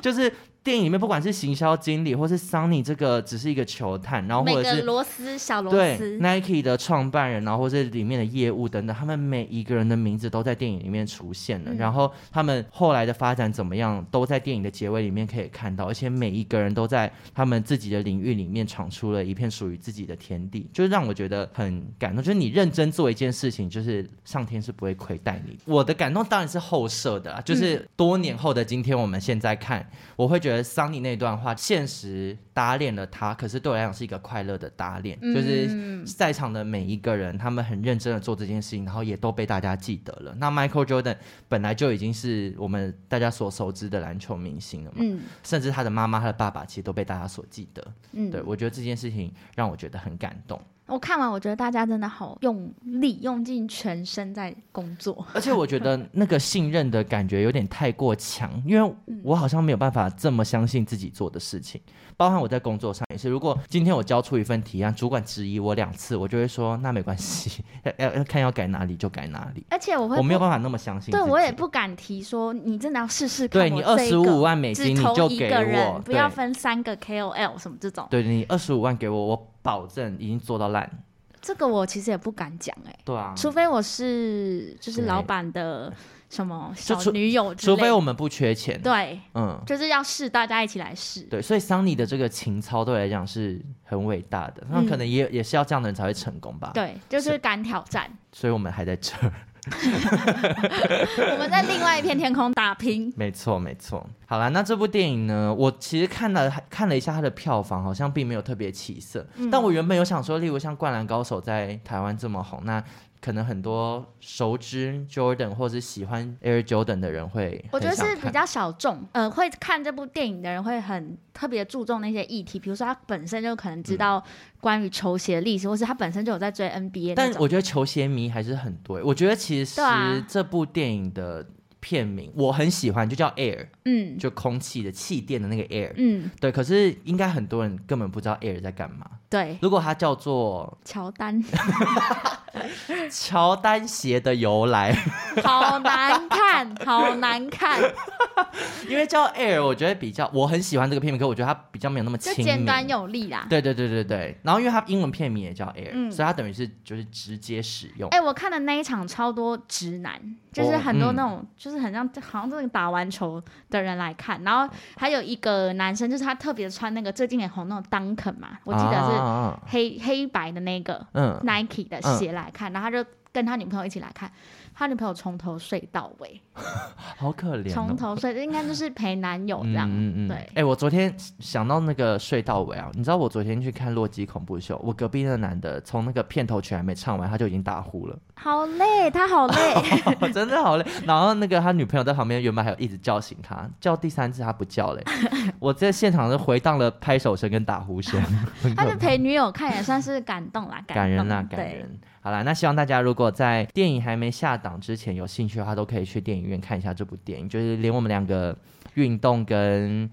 [SPEAKER 2] 就是。电影里面不管是行销经理，或是桑尼这个只是一个球探，然后
[SPEAKER 4] 每
[SPEAKER 2] 或者
[SPEAKER 4] 个
[SPEAKER 2] 是
[SPEAKER 4] 螺丝小螺
[SPEAKER 2] 对
[SPEAKER 4] 丝，
[SPEAKER 2] Nike 的创办人，然后或是里面的业务等等，他们每一个人的名字都在电影里面出现了。
[SPEAKER 4] 嗯
[SPEAKER 2] 然后他们后来的发展怎么样，都在电影的结尾里面可以看到，而且每一个人都在他们自己的领域里面闯出了一片属于自己的天地，就是让我觉得很感动。就是你认真做一件事情，就是上天是不会亏待你。我的感动当然是后设的啦，啊就是多年后的今天，我们现在看，我会觉得桑尼那段话，现实搭脸了他，可是对我来讲是一个快乐的搭脸，就是
[SPEAKER 1] 嗯
[SPEAKER 2] 在场的每一个人，他们很认真的做这件事情，然后也都被大家记得了。那 Michael Jordan 本来就已经是我们大家所熟知的篮球明星了嘛，
[SPEAKER 1] 嗯
[SPEAKER 2] 甚至他的妈妈、他的爸爸其实都被大家所记得。
[SPEAKER 1] 嗯，
[SPEAKER 2] 对我觉得这件事情让我觉得很感动，
[SPEAKER 1] 我看完，我觉得大家真的好用力，用尽全身在工作。
[SPEAKER 2] 而且我觉得那个信任的感觉有点太过强，因为我好像没有办法这么相信自己做的事情，包含我在工作上也是。如果今天我交出一份提案，主管质疑我两次，我就会说那没关系， [LAUGHS] 要要要看要改哪里就改哪里。
[SPEAKER 1] 而且我会
[SPEAKER 2] 我没有
[SPEAKER 1] 不
[SPEAKER 2] 办法那么相信自己。
[SPEAKER 1] 对我也不敢提说，你真的要试试看我
[SPEAKER 2] 对
[SPEAKER 1] 这
[SPEAKER 2] 你
[SPEAKER 1] 一
[SPEAKER 2] 二
[SPEAKER 1] 个。
[SPEAKER 2] 十五万美
[SPEAKER 1] 只
[SPEAKER 2] 金你
[SPEAKER 1] 投
[SPEAKER 2] 就
[SPEAKER 1] 一
[SPEAKER 2] 给
[SPEAKER 1] 个人
[SPEAKER 2] 我，，
[SPEAKER 1] 不要
[SPEAKER 2] 对
[SPEAKER 1] 分三个 KOL 什么这种。
[SPEAKER 2] 对你二十五万给我，我保证已经做到烂。
[SPEAKER 1] 这个我其实也不敢讲哎、
[SPEAKER 2] 对啊，
[SPEAKER 1] 除非我是就是
[SPEAKER 2] 对
[SPEAKER 1] 老板的什么小
[SPEAKER 2] 就除
[SPEAKER 1] 女友之类
[SPEAKER 2] 除
[SPEAKER 1] 的，
[SPEAKER 2] 非我们不缺钱。，
[SPEAKER 1] 对，
[SPEAKER 2] 嗯，
[SPEAKER 1] 就是要试，大家一起来试。
[SPEAKER 2] 对，所以桑尼的这个情操对我来讲是很伟大的，那可能也、也是要这样的人才会成功吧。，
[SPEAKER 1] 嗯对，就是
[SPEAKER 2] 是
[SPEAKER 1] 敢挑战。
[SPEAKER 2] 所以我们还在这儿。 [LAUGHS]
[SPEAKER 1] 我们在另外一片天空打拼。
[SPEAKER 2] 没错，没错。好啦，那这部电影呢，我其实看了看了一下它的票房，好像并没有特别起色。
[SPEAKER 1] 嗯
[SPEAKER 2] 但我原本有想说，例如像《灌篮高手》在台湾这么红，那可能很多熟知 Jordan 或是喜欢 Air Jordan 的人会
[SPEAKER 1] 我
[SPEAKER 2] 很
[SPEAKER 1] 觉得
[SPEAKER 2] 想
[SPEAKER 1] 是比
[SPEAKER 2] 看
[SPEAKER 1] 较小众，呃，会看这部电影的人会很特别注重那些议题，比如说他本身就可能
[SPEAKER 2] 嗯
[SPEAKER 1] 知道关于球鞋的历史，或是他本身就有在追 NBA 那
[SPEAKER 2] 但
[SPEAKER 1] 种。
[SPEAKER 2] 我觉得球鞋迷还是很多欸。我觉得其实
[SPEAKER 1] 对啊
[SPEAKER 2] 这部电影的片名我很喜欢，就叫 Air，
[SPEAKER 1] 嗯
[SPEAKER 2] 就空气的气垫的那个 Air。
[SPEAKER 1] 嗯，
[SPEAKER 2] 对，可是应该很多人根本不知道 Air 在干嘛。
[SPEAKER 1] 对，
[SPEAKER 2] 如果它叫做
[SPEAKER 1] 乔丹
[SPEAKER 2] 乔丹鞋的由来， [LAUGHS]
[SPEAKER 1] 好难看，好难看，
[SPEAKER 2] 因为叫 Air，我觉得比较我很喜欢这个片名，可我觉得它比较没有那么
[SPEAKER 1] 就
[SPEAKER 2] 亲
[SPEAKER 1] 简
[SPEAKER 2] 民。
[SPEAKER 1] 短有力啦。
[SPEAKER 2] 对对对对对，然后因为它英文片名也叫 Air，、
[SPEAKER 1] 嗯
[SPEAKER 2] 所以它等于是就是直接使用。
[SPEAKER 1] 哎、我看的那一场超多直男，就是
[SPEAKER 2] 哦
[SPEAKER 1] 很多
[SPEAKER 2] 嗯
[SPEAKER 1] 那种，就是很像好像真的打完球的人来看，然后还有一个男生，就是他特别穿那个最近很红那种 Duncan 嘛，我记得
[SPEAKER 2] 啊
[SPEAKER 1] 是
[SPEAKER 2] 啊啊
[SPEAKER 1] 黑、黑白的那个
[SPEAKER 2] 嗯，
[SPEAKER 1] Nike 的鞋来看，然后他就跟他女朋友一起来看，他女朋友从头睡到尾，
[SPEAKER 2] 好可怜、哦。
[SPEAKER 1] 从头睡，应该就是陪男友这样，
[SPEAKER 2] 嗯
[SPEAKER 1] 对
[SPEAKER 2] 哎、我昨天想到那个睡到尾啊，你知道我昨天去看《洛基恐怖秀》，我隔壁那个男的从那个片头曲还没唱完，他就已经打呼了，
[SPEAKER 1] 好累，他好累，
[SPEAKER 2] [LAUGHS] 哦真的好累。然后那个他女朋友在旁边，原本还有一直叫醒他，叫第三次他不叫
[SPEAKER 1] [LAUGHS]
[SPEAKER 2] 嘞，我在现场就回荡了拍手声跟打呼
[SPEAKER 1] [LAUGHS]
[SPEAKER 2] 声，很
[SPEAKER 1] 他
[SPEAKER 2] 可
[SPEAKER 1] 就陪女友看也算是感动啦，
[SPEAKER 2] 感人
[SPEAKER 1] 动
[SPEAKER 2] 啦，感
[SPEAKER 1] 对
[SPEAKER 2] 人。好啦，那希望大家如果在电影还没下档之前有兴趣的话，都可以去电影院看一下这部电影，就是连我们两个运动跟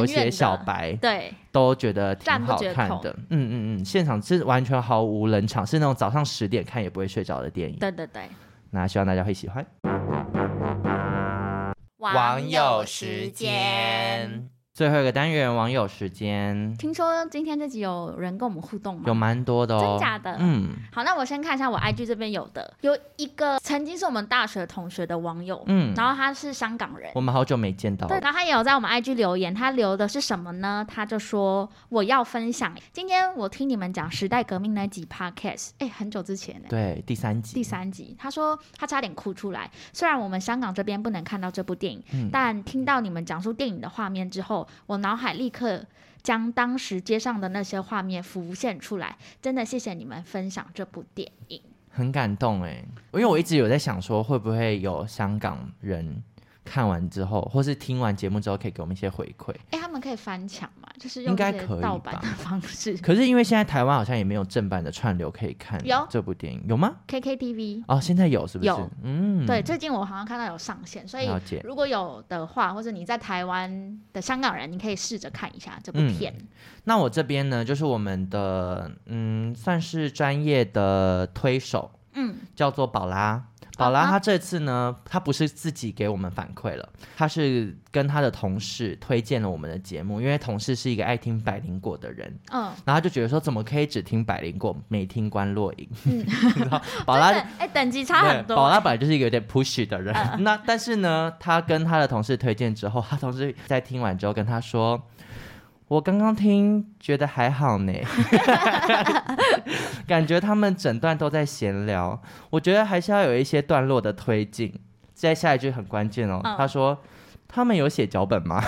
[SPEAKER 1] 很远
[SPEAKER 2] 鞋
[SPEAKER 1] 的
[SPEAKER 2] 小
[SPEAKER 1] [LAUGHS]
[SPEAKER 2] 白
[SPEAKER 1] 对，
[SPEAKER 2] 都觉得挺好
[SPEAKER 1] 赞
[SPEAKER 2] 看
[SPEAKER 1] 不绝
[SPEAKER 2] 的。嗯嗯嗯，现场是完全毫无冷场，是那种早上十点看也不会睡着的电影。
[SPEAKER 1] 对对对。
[SPEAKER 2] 那希望大家会喜欢。
[SPEAKER 4] 网友时间，。
[SPEAKER 2] 最后一个单元网友时间
[SPEAKER 1] 听说今天这集有人跟我们互动吗？
[SPEAKER 2] 有蛮多的哦，
[SPEAKER 1] 真假的
[SPEAKER 2] 嗯
[SPEAKER 1] 好，那我先看一下我 IG 这边有的，有一个曾经是我们大学同学的网友，
[SPEAKER 2] 嗯，
[SPEAKER 1] 然后他是香港人。
[SPEAKER 2] 我们好久没见到
[SPEAKER 1] 对，
[SPEAKER 2] 了，
[SPEAKER 1] 然后他也有在我们 IG 留言，他留的是什么呢？他就说我要分享，今天我听你们讲时代革命那集 podcast，哎，很久之前呢、
[SPEAKER 2] 对，第三集，
[SPEAKER 1] 第三集，他说他差点哭出来。虽然我们香港这边不能看到这部电影，
[SPEAKER 2] 嗯
[SPEAKER 1] 但听到你们讲述电影的画面之后，我脑海立刻将当时街上的那些画面浮现出来。真的谢谢你们分享这部电影。
[SPEAKER 2] 很感动哎，因为我一直有在想说，会不会有香港人看完之后，或是听完节目之后，可以给我们一些回馈。
[SPEAKER 1] 哎，他们可以翻墙嘛？就是用
[SPEAKER 2] 应该
[SPEAKER 1] 这些
[SPEAKER 2] 可以
[SPEAKER 1] 盗版
[SPEAKER 2] 吧
[SPEAKER 1] 的方式
[SPEAKER 2] 可是因为现在台湾好像也没有正版的串流可以看，
[SPEAKER 1] 有
[SPEAKER 2] 这部电影有吗？
[SPEAKER 1] ，KKTV。
[SPEAKER 2] 哦，现在有是不是？
[SPEAKER 1] 有
[SPEAKER 2] 嗯，
[SPEAKER 1] 对，，最近我好像看到有上线，所以
[SPEAKER 2] 了解
[SPEAKER 1] 如果有的话，或者你在台湾的香港人，你可以试着看一下这部
[SPEAKER 2] 嗯
[SPEAKER 1] 片。
[SPEAKER 2] 那我这边呢，就是我们的嗯，算是专业的推手，
[SPEAKER 1] 嗯，
[SPEAKER 2] 叫做宝拉。宝拉她这次呢，她不是自己给我们反馈了，她是跟她的同事推荐了我们的节目，因为同事是一个爱听百灵果的人，
[SPEAKER 1] 嗯，
[SPEAKER 2] 然后他就觉得说，怎么可以只听百灵果，没听关洛影？ [LAUGHS] 然后宝拉
[SPEAKER 1] 真的哎，等级差很
[SPEAKER 2] 对，宝
[SPEAKER 1] 多。嗯
[SPEAKER 2] 拉本来就是一个有点 push 的人，那但是呢，他跟他的同事推荐之后，他同事在听完之后跟他说。我刚刚听，觉得还
[SPEAKER 1] [LAUGHS]
[SPEAKER 2] 好呢， [LAUGHS] 感觉他们整段都在闲聊。我觉得还是要有一些段落的推进。再下一句很关键哦，
[SPEAKER 1] 嗯
[SPEAKER 2] 他说他们有写脚本吗？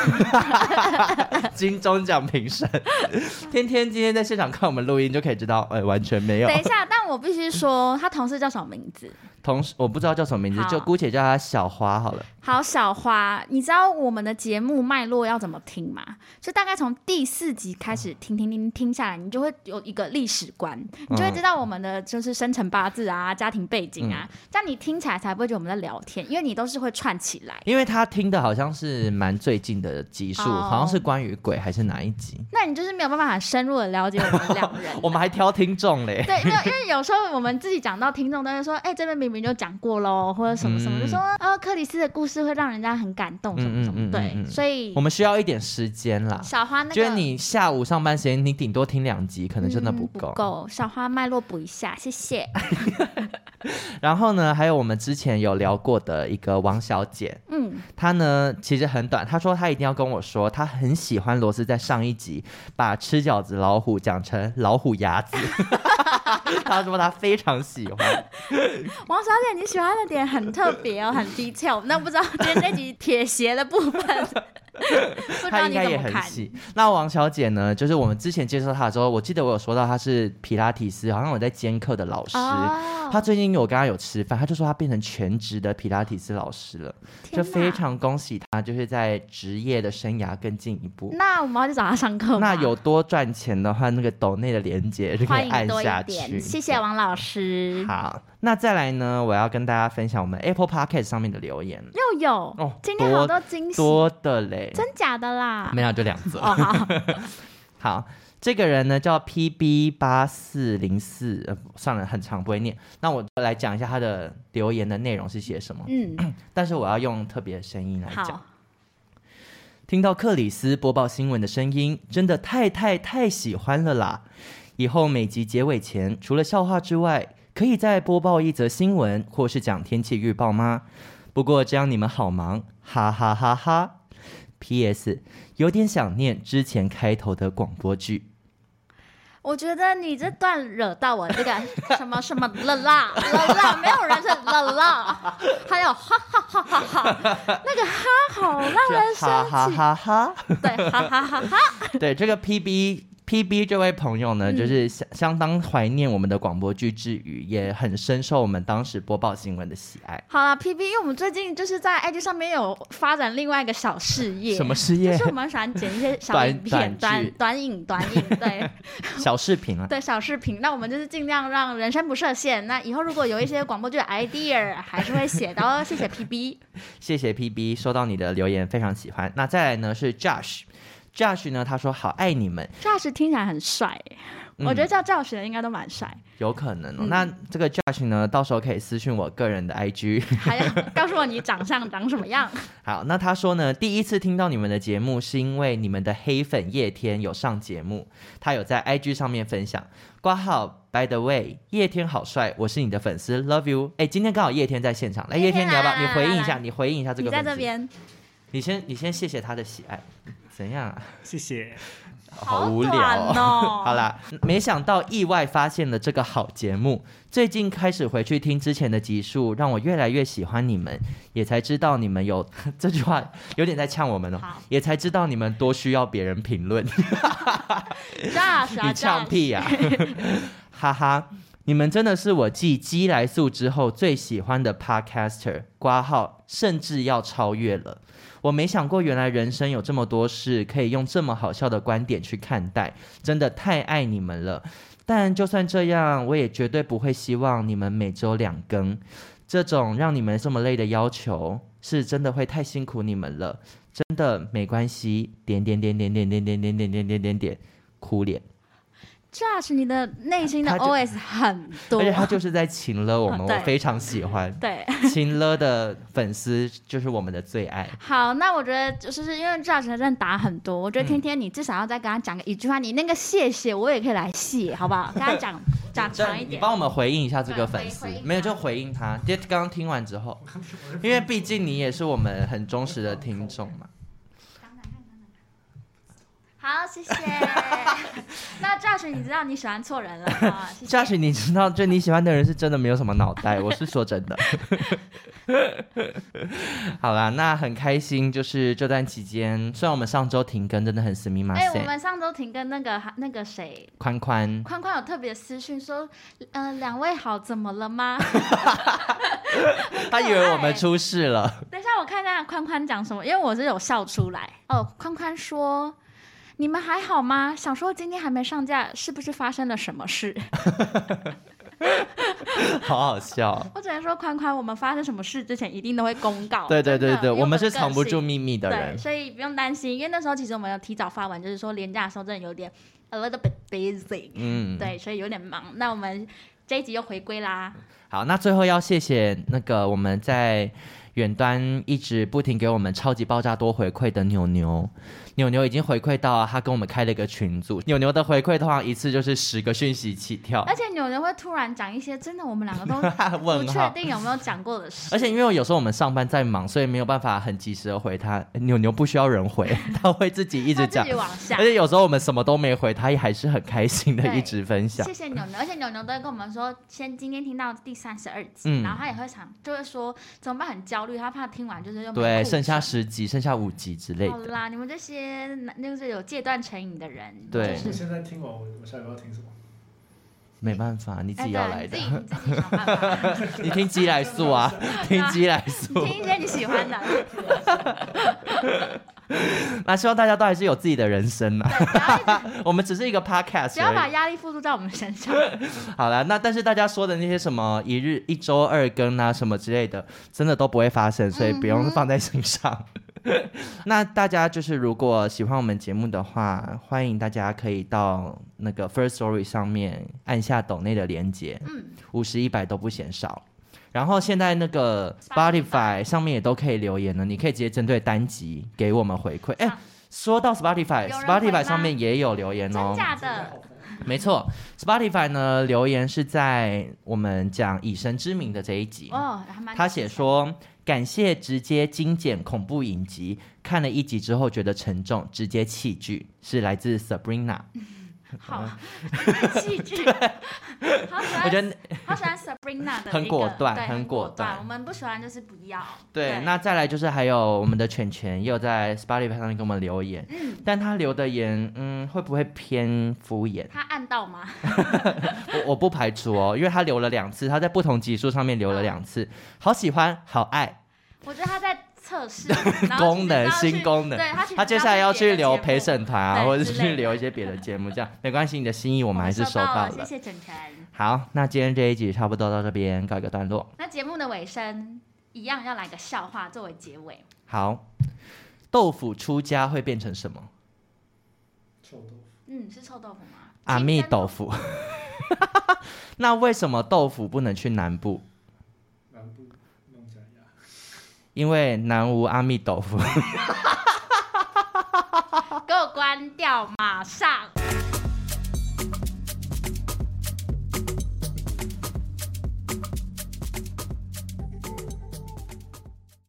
[SPEAKER 2] [LAUGHS] 金钟奖评审， [LAUGHS] 天天今天在现场看我们录音就可以知道，哎、完全没有
[SPEAKER 1] 等。一下，但我必须说，他同事叫什么名
[SPEAKER 2] [LAUGHS]
[SPEAKER 1] 字？
[SPEAKER 2] 同时我不知道叫什么名字，
[SPEAKER 1] 好
[SPEAKER 2] 就姑且叫她小花好了。
[SPEAKER 1] 好，小花，你知道我们的节目脉络要怎么听吗？就大概从第四集开始听听听听下来，你就会有一个历史观，你就
[SPEAKER 2] 嗯
[SPEAKER 1] 会知道我们的就是生辰八字啊、家庭背景啊，
[SPEAKER 2] 嗯
[SPEAKER 1] 这样你听起来才不会觉得我们在聊天，因为你都是会串起来。
[SPEAKER 2] 因为他听的好像是蛮最近的集数，
[SPEAKER 1] 哦
[SPEAKER 2] 好像是关于鬼还是哪一集？
[SPEAKER 1] 那你就是没有办法很深入的了解我们两人啊
[SPEAKER 2] [LAUGHS] 。我们还挑听众嘞。
[SPEAKER 1] 对，没有，因为有时候我们自己讲到听众都会说，哎、这边明明就讲过喽，或者什么什么，
[SPEAKER 2] 嗯
[SPEAKER 1] 就说呃，克里斯的故事会让人家很感动，什么什么，
[SPEAKER 2] 嗯嗯嗯嗯
[SPEAKER 1] 对，
[SPEAKER 2] 嗯
[SPEAKER 1] 所以
[SPEAKER 2] 我们需要一点时间啦，
[SPEAKER 1] 小花那个，
[SPEAKER 2] 就是你下午上班时间，你顶多听两集，可能真的
[SPEAKER 1] 嗯
[SPEAKER 2] 不
[SPEAKER 1] 不
[SPEAKER 2] 够。
[SPEAKER 1] 够，小花脉络补一下，谢谢。 [LAUGHS]
[SPEAKER 2] 然后呢，还有我们之前有聊过的一个王小姐，
[SPEAKER 1] 嗯，
[SPEAKER 2] 她呢其实很短，她说她一定要跟我说，她很喜欢罗斯在上一集把吃饺子老虎讲成老虎
[SPEAKER 1] [LAUGHS]
[SPEAKER 2] 牙子，她说她非常喜欢。
[SPEAKER 1] 王小姐，你喜欢的点很特别哦，很低调。那不知道今天这集撇鞋的部
[SPEAKER 2] [LAUGHS]
[SPEAKER 1] 分，不知
[SPEAKER 2] 她
[SPEAKER 1] 道
[SPEAKER 2] 应
[SPEAKER 1] 你
[SPEAKER 2] 该
[SPEAKER 1] 怎
[SPEAKER 2] 也
[SPEAKER 1] 么
[SPEAKER 2] 很
[SPEAKER 1] 看？
[SPEAKER 2] 细。那王小姐呢？就是我们之前介绍她的时候，我记得我有说到她是皮拉提斯，好像我在兼课的老师。
[SPEAKER 1] 哦
[SPEAKER 2] 她最近有跟她有吃饭，她就说她变成全职的皮拉提斯老师了，
[SPEAKER 1] 天
[SPEAKER 2] 就
[SPEAKER 1] 哪
[SPEAKER 2] 非常恭喜她，就是在职业的生涯更进一步。
[SPEAKER 1] 那我们要去找她上课吗
[SPEAKER 2] 那有多赚钱的话，那个抖内的连接就可
[SPEAKER 1] 欢
[SPEAKER 2] 以
[SPEAKER 1] 迎
[SPEAKER 2] 按
[SPEAKER 1] 多
[SPEAKER 2] 下
[SPEAKER 1] 一
[SPEAKER 2] 去。
[SPEAKER 1] 点，谢谢王老师。
[SPEAKER 2] 好，那再来呢？我要跟大家分享我们 Apple Podcast 上面的留言，
[SPEAKER 1] 又有，
[SPEAKER 2] 哦
[SPEAKER 1] 今天好多惊喜，
[SPEAKER 2] 多的嘞，
[SPEAKER 1] 真假的啦？
[SPEAKER 2] 没有就两则。
[SPEAKER 1] 哦，好，
[SPEAKER 2] [LAUGHS] 好，这个人呢叫 PB 八四零四，呃算了，很长不会念。那我来讲一下他的留言的内容是写什么，
[SPEAKER 1] 嗯，
[SPEAKER 2] 但是我要用特别的声音来讲
[SPEAKER 1] 好。，
[SPEAKER 2] 听到克里斯播报新闻的声音，真的太太太喜欢了啦！以后每集结尾前，除了笑话之外，可以再播报一则新闻，或是讲天气预报吗？不过这样你们好忙，哈哈哈哈。P.S. 有点想念之前开头的广播剧。
[SPEAKER 1] 我觉得你这段惹到我这个什么什么了啦了啦，没有人是了啦， [LAUGHS] 还有哈哈哈哈哈，那个哈好让人
[SPEAKER 2] 哈哈
[SPEAKER 1] 生气，[LAUGHS]
[SPEAKER 2] 哈哈！
[SPEAKER 1] 对，哈哈哈哈，
[SPEAKER 2] 对，这个 P.B. P.B. 这位朋友
[SPEAKER 1] 嗯
[SPEAKER 2] 呢，就是相相当怀念我们的广播剧之余，也很深受我们当时播报新闻的喜爱。
[SPEAKER 1] 好了，P P，因为我们最近就是在 IG 上面有发展另外一个小事业，
[SPEAKER 2] 什么事
[SPEAKER 1] 就
[SPEAKER 2] 业
[SPEAKER 1] 是？我们喜欢剪一些小影片、
[SPEAKER 2] 短短
[SPEAKER 1] 短
[SPEAKER 2] 剧
[SPEAKER 1] 短影、短影，对
[SPEAKER 2] [LAUGHS]
[SPEAKER 1] [LAUGHS]
[SPEAKER 2] 小视频啊。
[SPEAKER 1] 对，小视频。那我们就是尽量让人生不设限。那以后如果有一些广播剧的 idea，还是会写的哦。谢谢 P B。
[SPEAKER 2] 谢谢 PB，收到你的留言，非常喜欢。那再来呢是 Josh。Josh 呢？他说好爱你们，
[SPEAKER 1] Josh 听起来很帅耶，
[SPEAKER 2] 嗯
[SPEAKER 1] 我觉得叫 Josh 的应该都蛮帅。
[SPEAKER 2] 有可能、哦。
[SPEAKER 1] 嗯
[SPEAKER 2] 那这个 Josh 呢，到时候可以私信我个人的 IG。
[SPEAKER 1] 还要告诉我你长相长什么样？
[SPEAKER 2] 好，那他说呢，第一次听到你们的节目是因为你们的黑粉叶天有上节目，他有在 IG 上面分享。挂号，By the way，叶天好帅，我是你的粉丝，Love you。哎，今天刚好叶天在现场，来，叶
[SPEAKER 1] 叶
[SPEAKER 2] 天
[SPEAKER 1] 天
[SPEAKER 2] 你要不要？
[SPEAKER 1] 来
[SPEAKER 2] 你
[SPEAKER 1] 来
[SPEAKER 2] 回应一
[SPEAKER 1] 来
[SPEAKER 2] 下，你回应一 [LAUGHS] 下这
[SPEAKER 1] 你
[SPEAKER 2] 个
[SPEAKER 1] 在
[SPEAKER 2] 粉丝。
[SPEAKER 1] 这边
[SPEAKER 2] 你先，你先谢谢他的喜爱，怎样啊？
[SPEAKER 3] 谢谢，
[SPEAKER 2] 好无聊、
[SPEAKER 1] 短
[SPEAKER 2] 哦。
[SPEAKER 1] 哦
[SPEAKER 2] [LAUGHS] 好，啦，没想到意外发现了这个好节目，最近开始回去听之前的集数，让我越来越喜欢你们，也才知道你们有 [LAUGHS] 这句话有点在呛我们哦
[SPEAKER 1] 好，
[SPEAKER 2] 也才知道你们多需要别人评论，
[SPEAKER 1] ，Josh 啊，
[SPEAKER 2] 你呛
[SPEAKER 1] Josh
[SPEAKER 2] 屁呀、哈哈。你们真的是我继鸡来素之后最喜欢的 podcaster，挂号甚至要超越了。我没想过，原来人生有这么多事可以用这么好笑的观点去看待，真的太爱你们了。但就算这样，我也绝对不会希望你们每周两更。这种让你们这么累的要求，是真的会太辛苦你们了。真的没关系，点点点点点点点点点点点点点，哭脸。
[SPEAKER 1] judge 你的内心的
[SPEAKER 2] 他就
[SPEAKER 1] OS 很多
[SPEAKER 2] 而，且
[SPEAKER 1] [LAUGHS]
[SPEAKER 2] 他就是在勤了我
[SPEAKER 1] 嗯
[SPEAKER 2] 们，我
[SPEAKER 1] 对
[SPEAKER 2] 非常
[SPEAKER 1] [LAUGHS]
[SPEAKER 2] 喜欢
[SPEAKER 1] 对。
[SPEAKER 2] 勤了的粉丝就是我们的最爱。
[SPEAKER 1] 好，那我觉得就是因为 judge 他真的打很多，我觉得天天你至少要再跟他讲个一句话，你那个谢谢我也可以来谢，好不
[SPEAKER 2] [LAUGHS]
[SPEAKER 1] 好？跟他讲讲长一
[SPEAKER 2] 你
[SPEAKER 1] 点。
[SPEAKER 2] 帮我们回应一下这个粉丝
[SPEAKER 1] 对回回，应
[SPEAKER 2] 没有
[SPEAKER 1] 他
[SPEAKER 2] 就回应他。就刚刚听完之后，因为毕竟你也是我们很忠实的听众
[SPEAKER 1] [LAUGHS]
[SPEAKER 2] 嘛。
[SPEAKER 1] 好，
[SPEAKER 2] [LAUGHS]
[SPEAKER 1] 谢谢。那 Josh，你知道你喜欢错人了啊？谢谢
[SPEAKER 2] Josh，你知道，就你喜欢的人是真的没有什么脑袋， [LAUGHS] 我是说真的。好啦，那很开心，就是这段期间，虽然我们上周停更，真的很死密马
[SPEAKER 1] 哎、我
[SPEAKER 2] 塞，
[SPEAKER 1] 们上周停跟那个那个谁
[SPEAKER 2] 宽宽，
[SPEAKER 1] 宽宽有特别私讯说，嗯、两位好，怎么了吗？ [LAUGHS]
[SPEAKER 2] 他以为我们出事了， [LAUGHS]
[SPEAKER 1] 等一下我看一下宽宽讲什么，因为我是有笑出来。哦，宽宽说。你们还好吗？想说今天还没上架，是不是发生了什么事？ [LAUGHS]
[SPEAKER 2] 好好笑。
[SPEAKER 1] 我只能说，宽宽，我们发生什么事之前一定都会公告。
[SPEAKER 2] 对对对
[SPEAKER 1] 哦真的
[SPEAKER 2] 对，
[SPEAKER 1] 因为
[SPEAKER 2] 我们是
[SPEAKER 1] 个
[SPEAKER 2] 藏不
[SPEAKER 1] 性
[SPEAKER 2] 住秘密的
[SPEAKER 1] 对，
[SPEAKER 2] 人。
[SPEAKER 1] 所以不用担心，因为那时候其实我们有提早发完，就是说廉价的时候真的有点 a little bit busy，、
[SPEAKER 2] 嗯，
[SPEAKER 1] 对，所以有点忙。那我们这一集又回归啦，
[SPEAKER 2] 好，那最后要谢谢那个我们在远端一直不停给我们超级爆炸多回馈的牛牛，牛牛已经回馈到他跟我们开了一个群组，牛牛的回馈通常一次就是十个讯息起跳
[SPEAKER 1] 而，且有人会突然讲一些真的我们两个都不
[SPEAKER 2] 问
[SPEAKER 1] 确
[SPEAKER 2] 号。
[SPEAKER 1] 定有没有讲过的事，
[SPEAKER 2] 而且因为有时候我们上班在忙，所以没有办法很及时的回他。牛牛不需要人回， [LAUGHS] 他会自己一直
[SPEAKER 1] 他自
[SPEAKER 2] 讲
[SPEAKER 1] 己。往下
[SPEAKER 2] 而。且有时候我们什么都没回，他也还是很开心的
[SPEAKER 1] 对
[SPEAKER 2] 一直分享。
[SPEAKER 1] 谢谢牛牛，而且牛牛都会跟我们说，先今天听到第三十二集，
[SPEAKER 2] 嗯
[SPEAKER 1] 然后他也会想，就会说怎么办，很焦虑，他怕听完就是又没
[SPEAKER 2] 对，
[SPEAKER 1] 库
[SPEAKER 2] 剩下
[SPEAKER 1] 存
[SPEAKER 2] 十集、剩下五集之类
[SPEAKER 1] 好
[SPEAKER 2] 的。
[SPEAKER 1] 啦，你们这些那个是有戒断成瘾的人，哎
[SPEAKER 2] 对
[SPEAKER 1] 就是
[SPEAKER 3] 我现在听完，我我下一个要听什么？
[SPEAKER 2] 没办法，你自己要来
[SPEAKER 1] 哎
[SPEAKER 2] 的。
[SPEAKER 1] 对你自己你自己想办法。
[SPEAKER 2] [LAUGHS] 你听鸡来
[SPEAKER 1] [LAUGHS]
[SPEAKER 2] 素啊，听鸡来素。
[SPEAKER 1] 听一些你喜欢的，
[SPEAKER 2] 那希望大家都还是有自己的人生啦。
[SPEAKER 1] 对，不要一直
[SPEAKER 2] 我们只是一个
[SPEAKER 1] 不
[SPEAKER 2] podcast
[SPEAKER 1] 要把
[SPEAKER 2] 而已。
[SPEAKER 1] 压力付出在我们身
[SPEAKER 2] [LAUGHS]
[SPEAKER 1] 上。
[SPEAKER 2] 哎好啦，那但是大家说的那些什么一日一周二更啊什么之类的，真的都不会发生，
[SPEAKER 1] 嗯
[SPEAKER 2] 所以不用放在心上。 [LAUGHS] 那大家就是如果喜欢我们节目的话，欢迎大家可以到那个 First Story 上面按下抖内的连接，嗯，五十一百都不嫌少。然后现在那个 Spotify 上面也都可以留言了，你可以直接针对单集给我们回馈。哎、
[SPEAKER 1] 好
[SPEAKER 2] 说到 Spotify，
[SPEAKER 1] 有人回
[SPEAKER 2] Spotify
[SPEAKER 1] 吗
[SPEAKER 2] 上面也有留言哦，
[SPEAKER 1] 真假
[SPEAKER 3] 现在
[SPEAKER 1] 的
[SPEAKER 3] 好，烦
[SPEAKER 2] 没错，Spotify 呢留言是在我们讲以神之名的这一集，
[SPEAKER 1] 哦，还蛮
[SPEAKER 2] 他写说感谢直接精简恐怖影集，看了一集之后觉得沉重，直接弃剧，是来自 Sabrina。
[SPEAKER 1] 好戏
[SPEAKER 2] [LAUGHS]
[SPEAKER 1] 剧，好喜欢，
[SPEAKER 2] 我觉得
[SPEAKER 1] 好喜欢 Sabrina 的一个，
[SPEAKER 2] 很果断
[SPEAKER 1] 对
[SPEAKER 2] 很
[SPEAKER 1] 很
[SPEAKER 2] 果
[SPEAKER 1] 果
[SPEAKER 2] 断
[SPEAKER 1] 我们不喜欢就是不要。
[SPEAKER 2] 对，那再来就是还有我们的犬犬也有在 Spotify 上面给我们留言，
[SPEAKER 1] 嗯
[SPEAKER 2] 但他留的言，嗯，会不会偏敷衍？
[SPEAKER 1] 他按到吗？ [LAUGHS]
[SPEAKER 2] 我我不排除哦，因为他留了两次，他在不同集数上
[SPEAKER 1] 嗯
[SPEAKER 2] 面留了两次，好喜欢，好爱。
[SPEAKER 1] 我觉得他在测
[SPEAKER 2] [LAUGHS]
[SPEAKER 1] 试然后
[SPEAKER 2] 功能
[SPEAKER 1] 其实是要去
[SPEAKER 2] 新功能
[SPEAKER 1] 对嗯他其实
[SPEAKER 2] 他接下来要去留陪
[SPEAKER 1] 是要去别的节目，
[SPEAKER 2] 审团啊，
[SPEAKER 1] 对
[SPEAKER 2] 或者是
[SPEAKER 1] 之类
[SPEAKER 2] 去
[SPEAKER 1] 的哦
[SPEAKER 2] 留一些别的节目，这样没关系，你的心意我
[SPEAKER 1] 我
[SPEAKER 2] 们还是收
[SPEAKER 1] 收
[SPEAKER 2] 到
[SPEAKER 1] 了。
[SPEAKER 2] 了
[SPEAKER 1] 谢。谢晨晨。
[SPEAKER 2] 好，那今天这一集差不多到这边告一个段落。
[SPEAKER 1] 那节目的尾声一样要来个笑话作为结尾。
[SPEAKER 2] 好，豆腐出家会变成什么？
[SPEAKER 3] 臭豆腐，
[SPEAKER 1] 嗯，是臭豆腐吗？
[SPEAKER 2] 阿
[SPEAKER 1] 清
[SPEAKER 2] 密
[SPEAKER 1] 蒸
[SPEAKER 2] 豆腐。 [LAUGHS] 那为什么豆腐不能去南部？
[SPEAKER 3] 南部弄假牙，
[SPEAKER 2] 因为南无阿密豆腐。
[SPEAKER 1] 哦给我关掉，马上！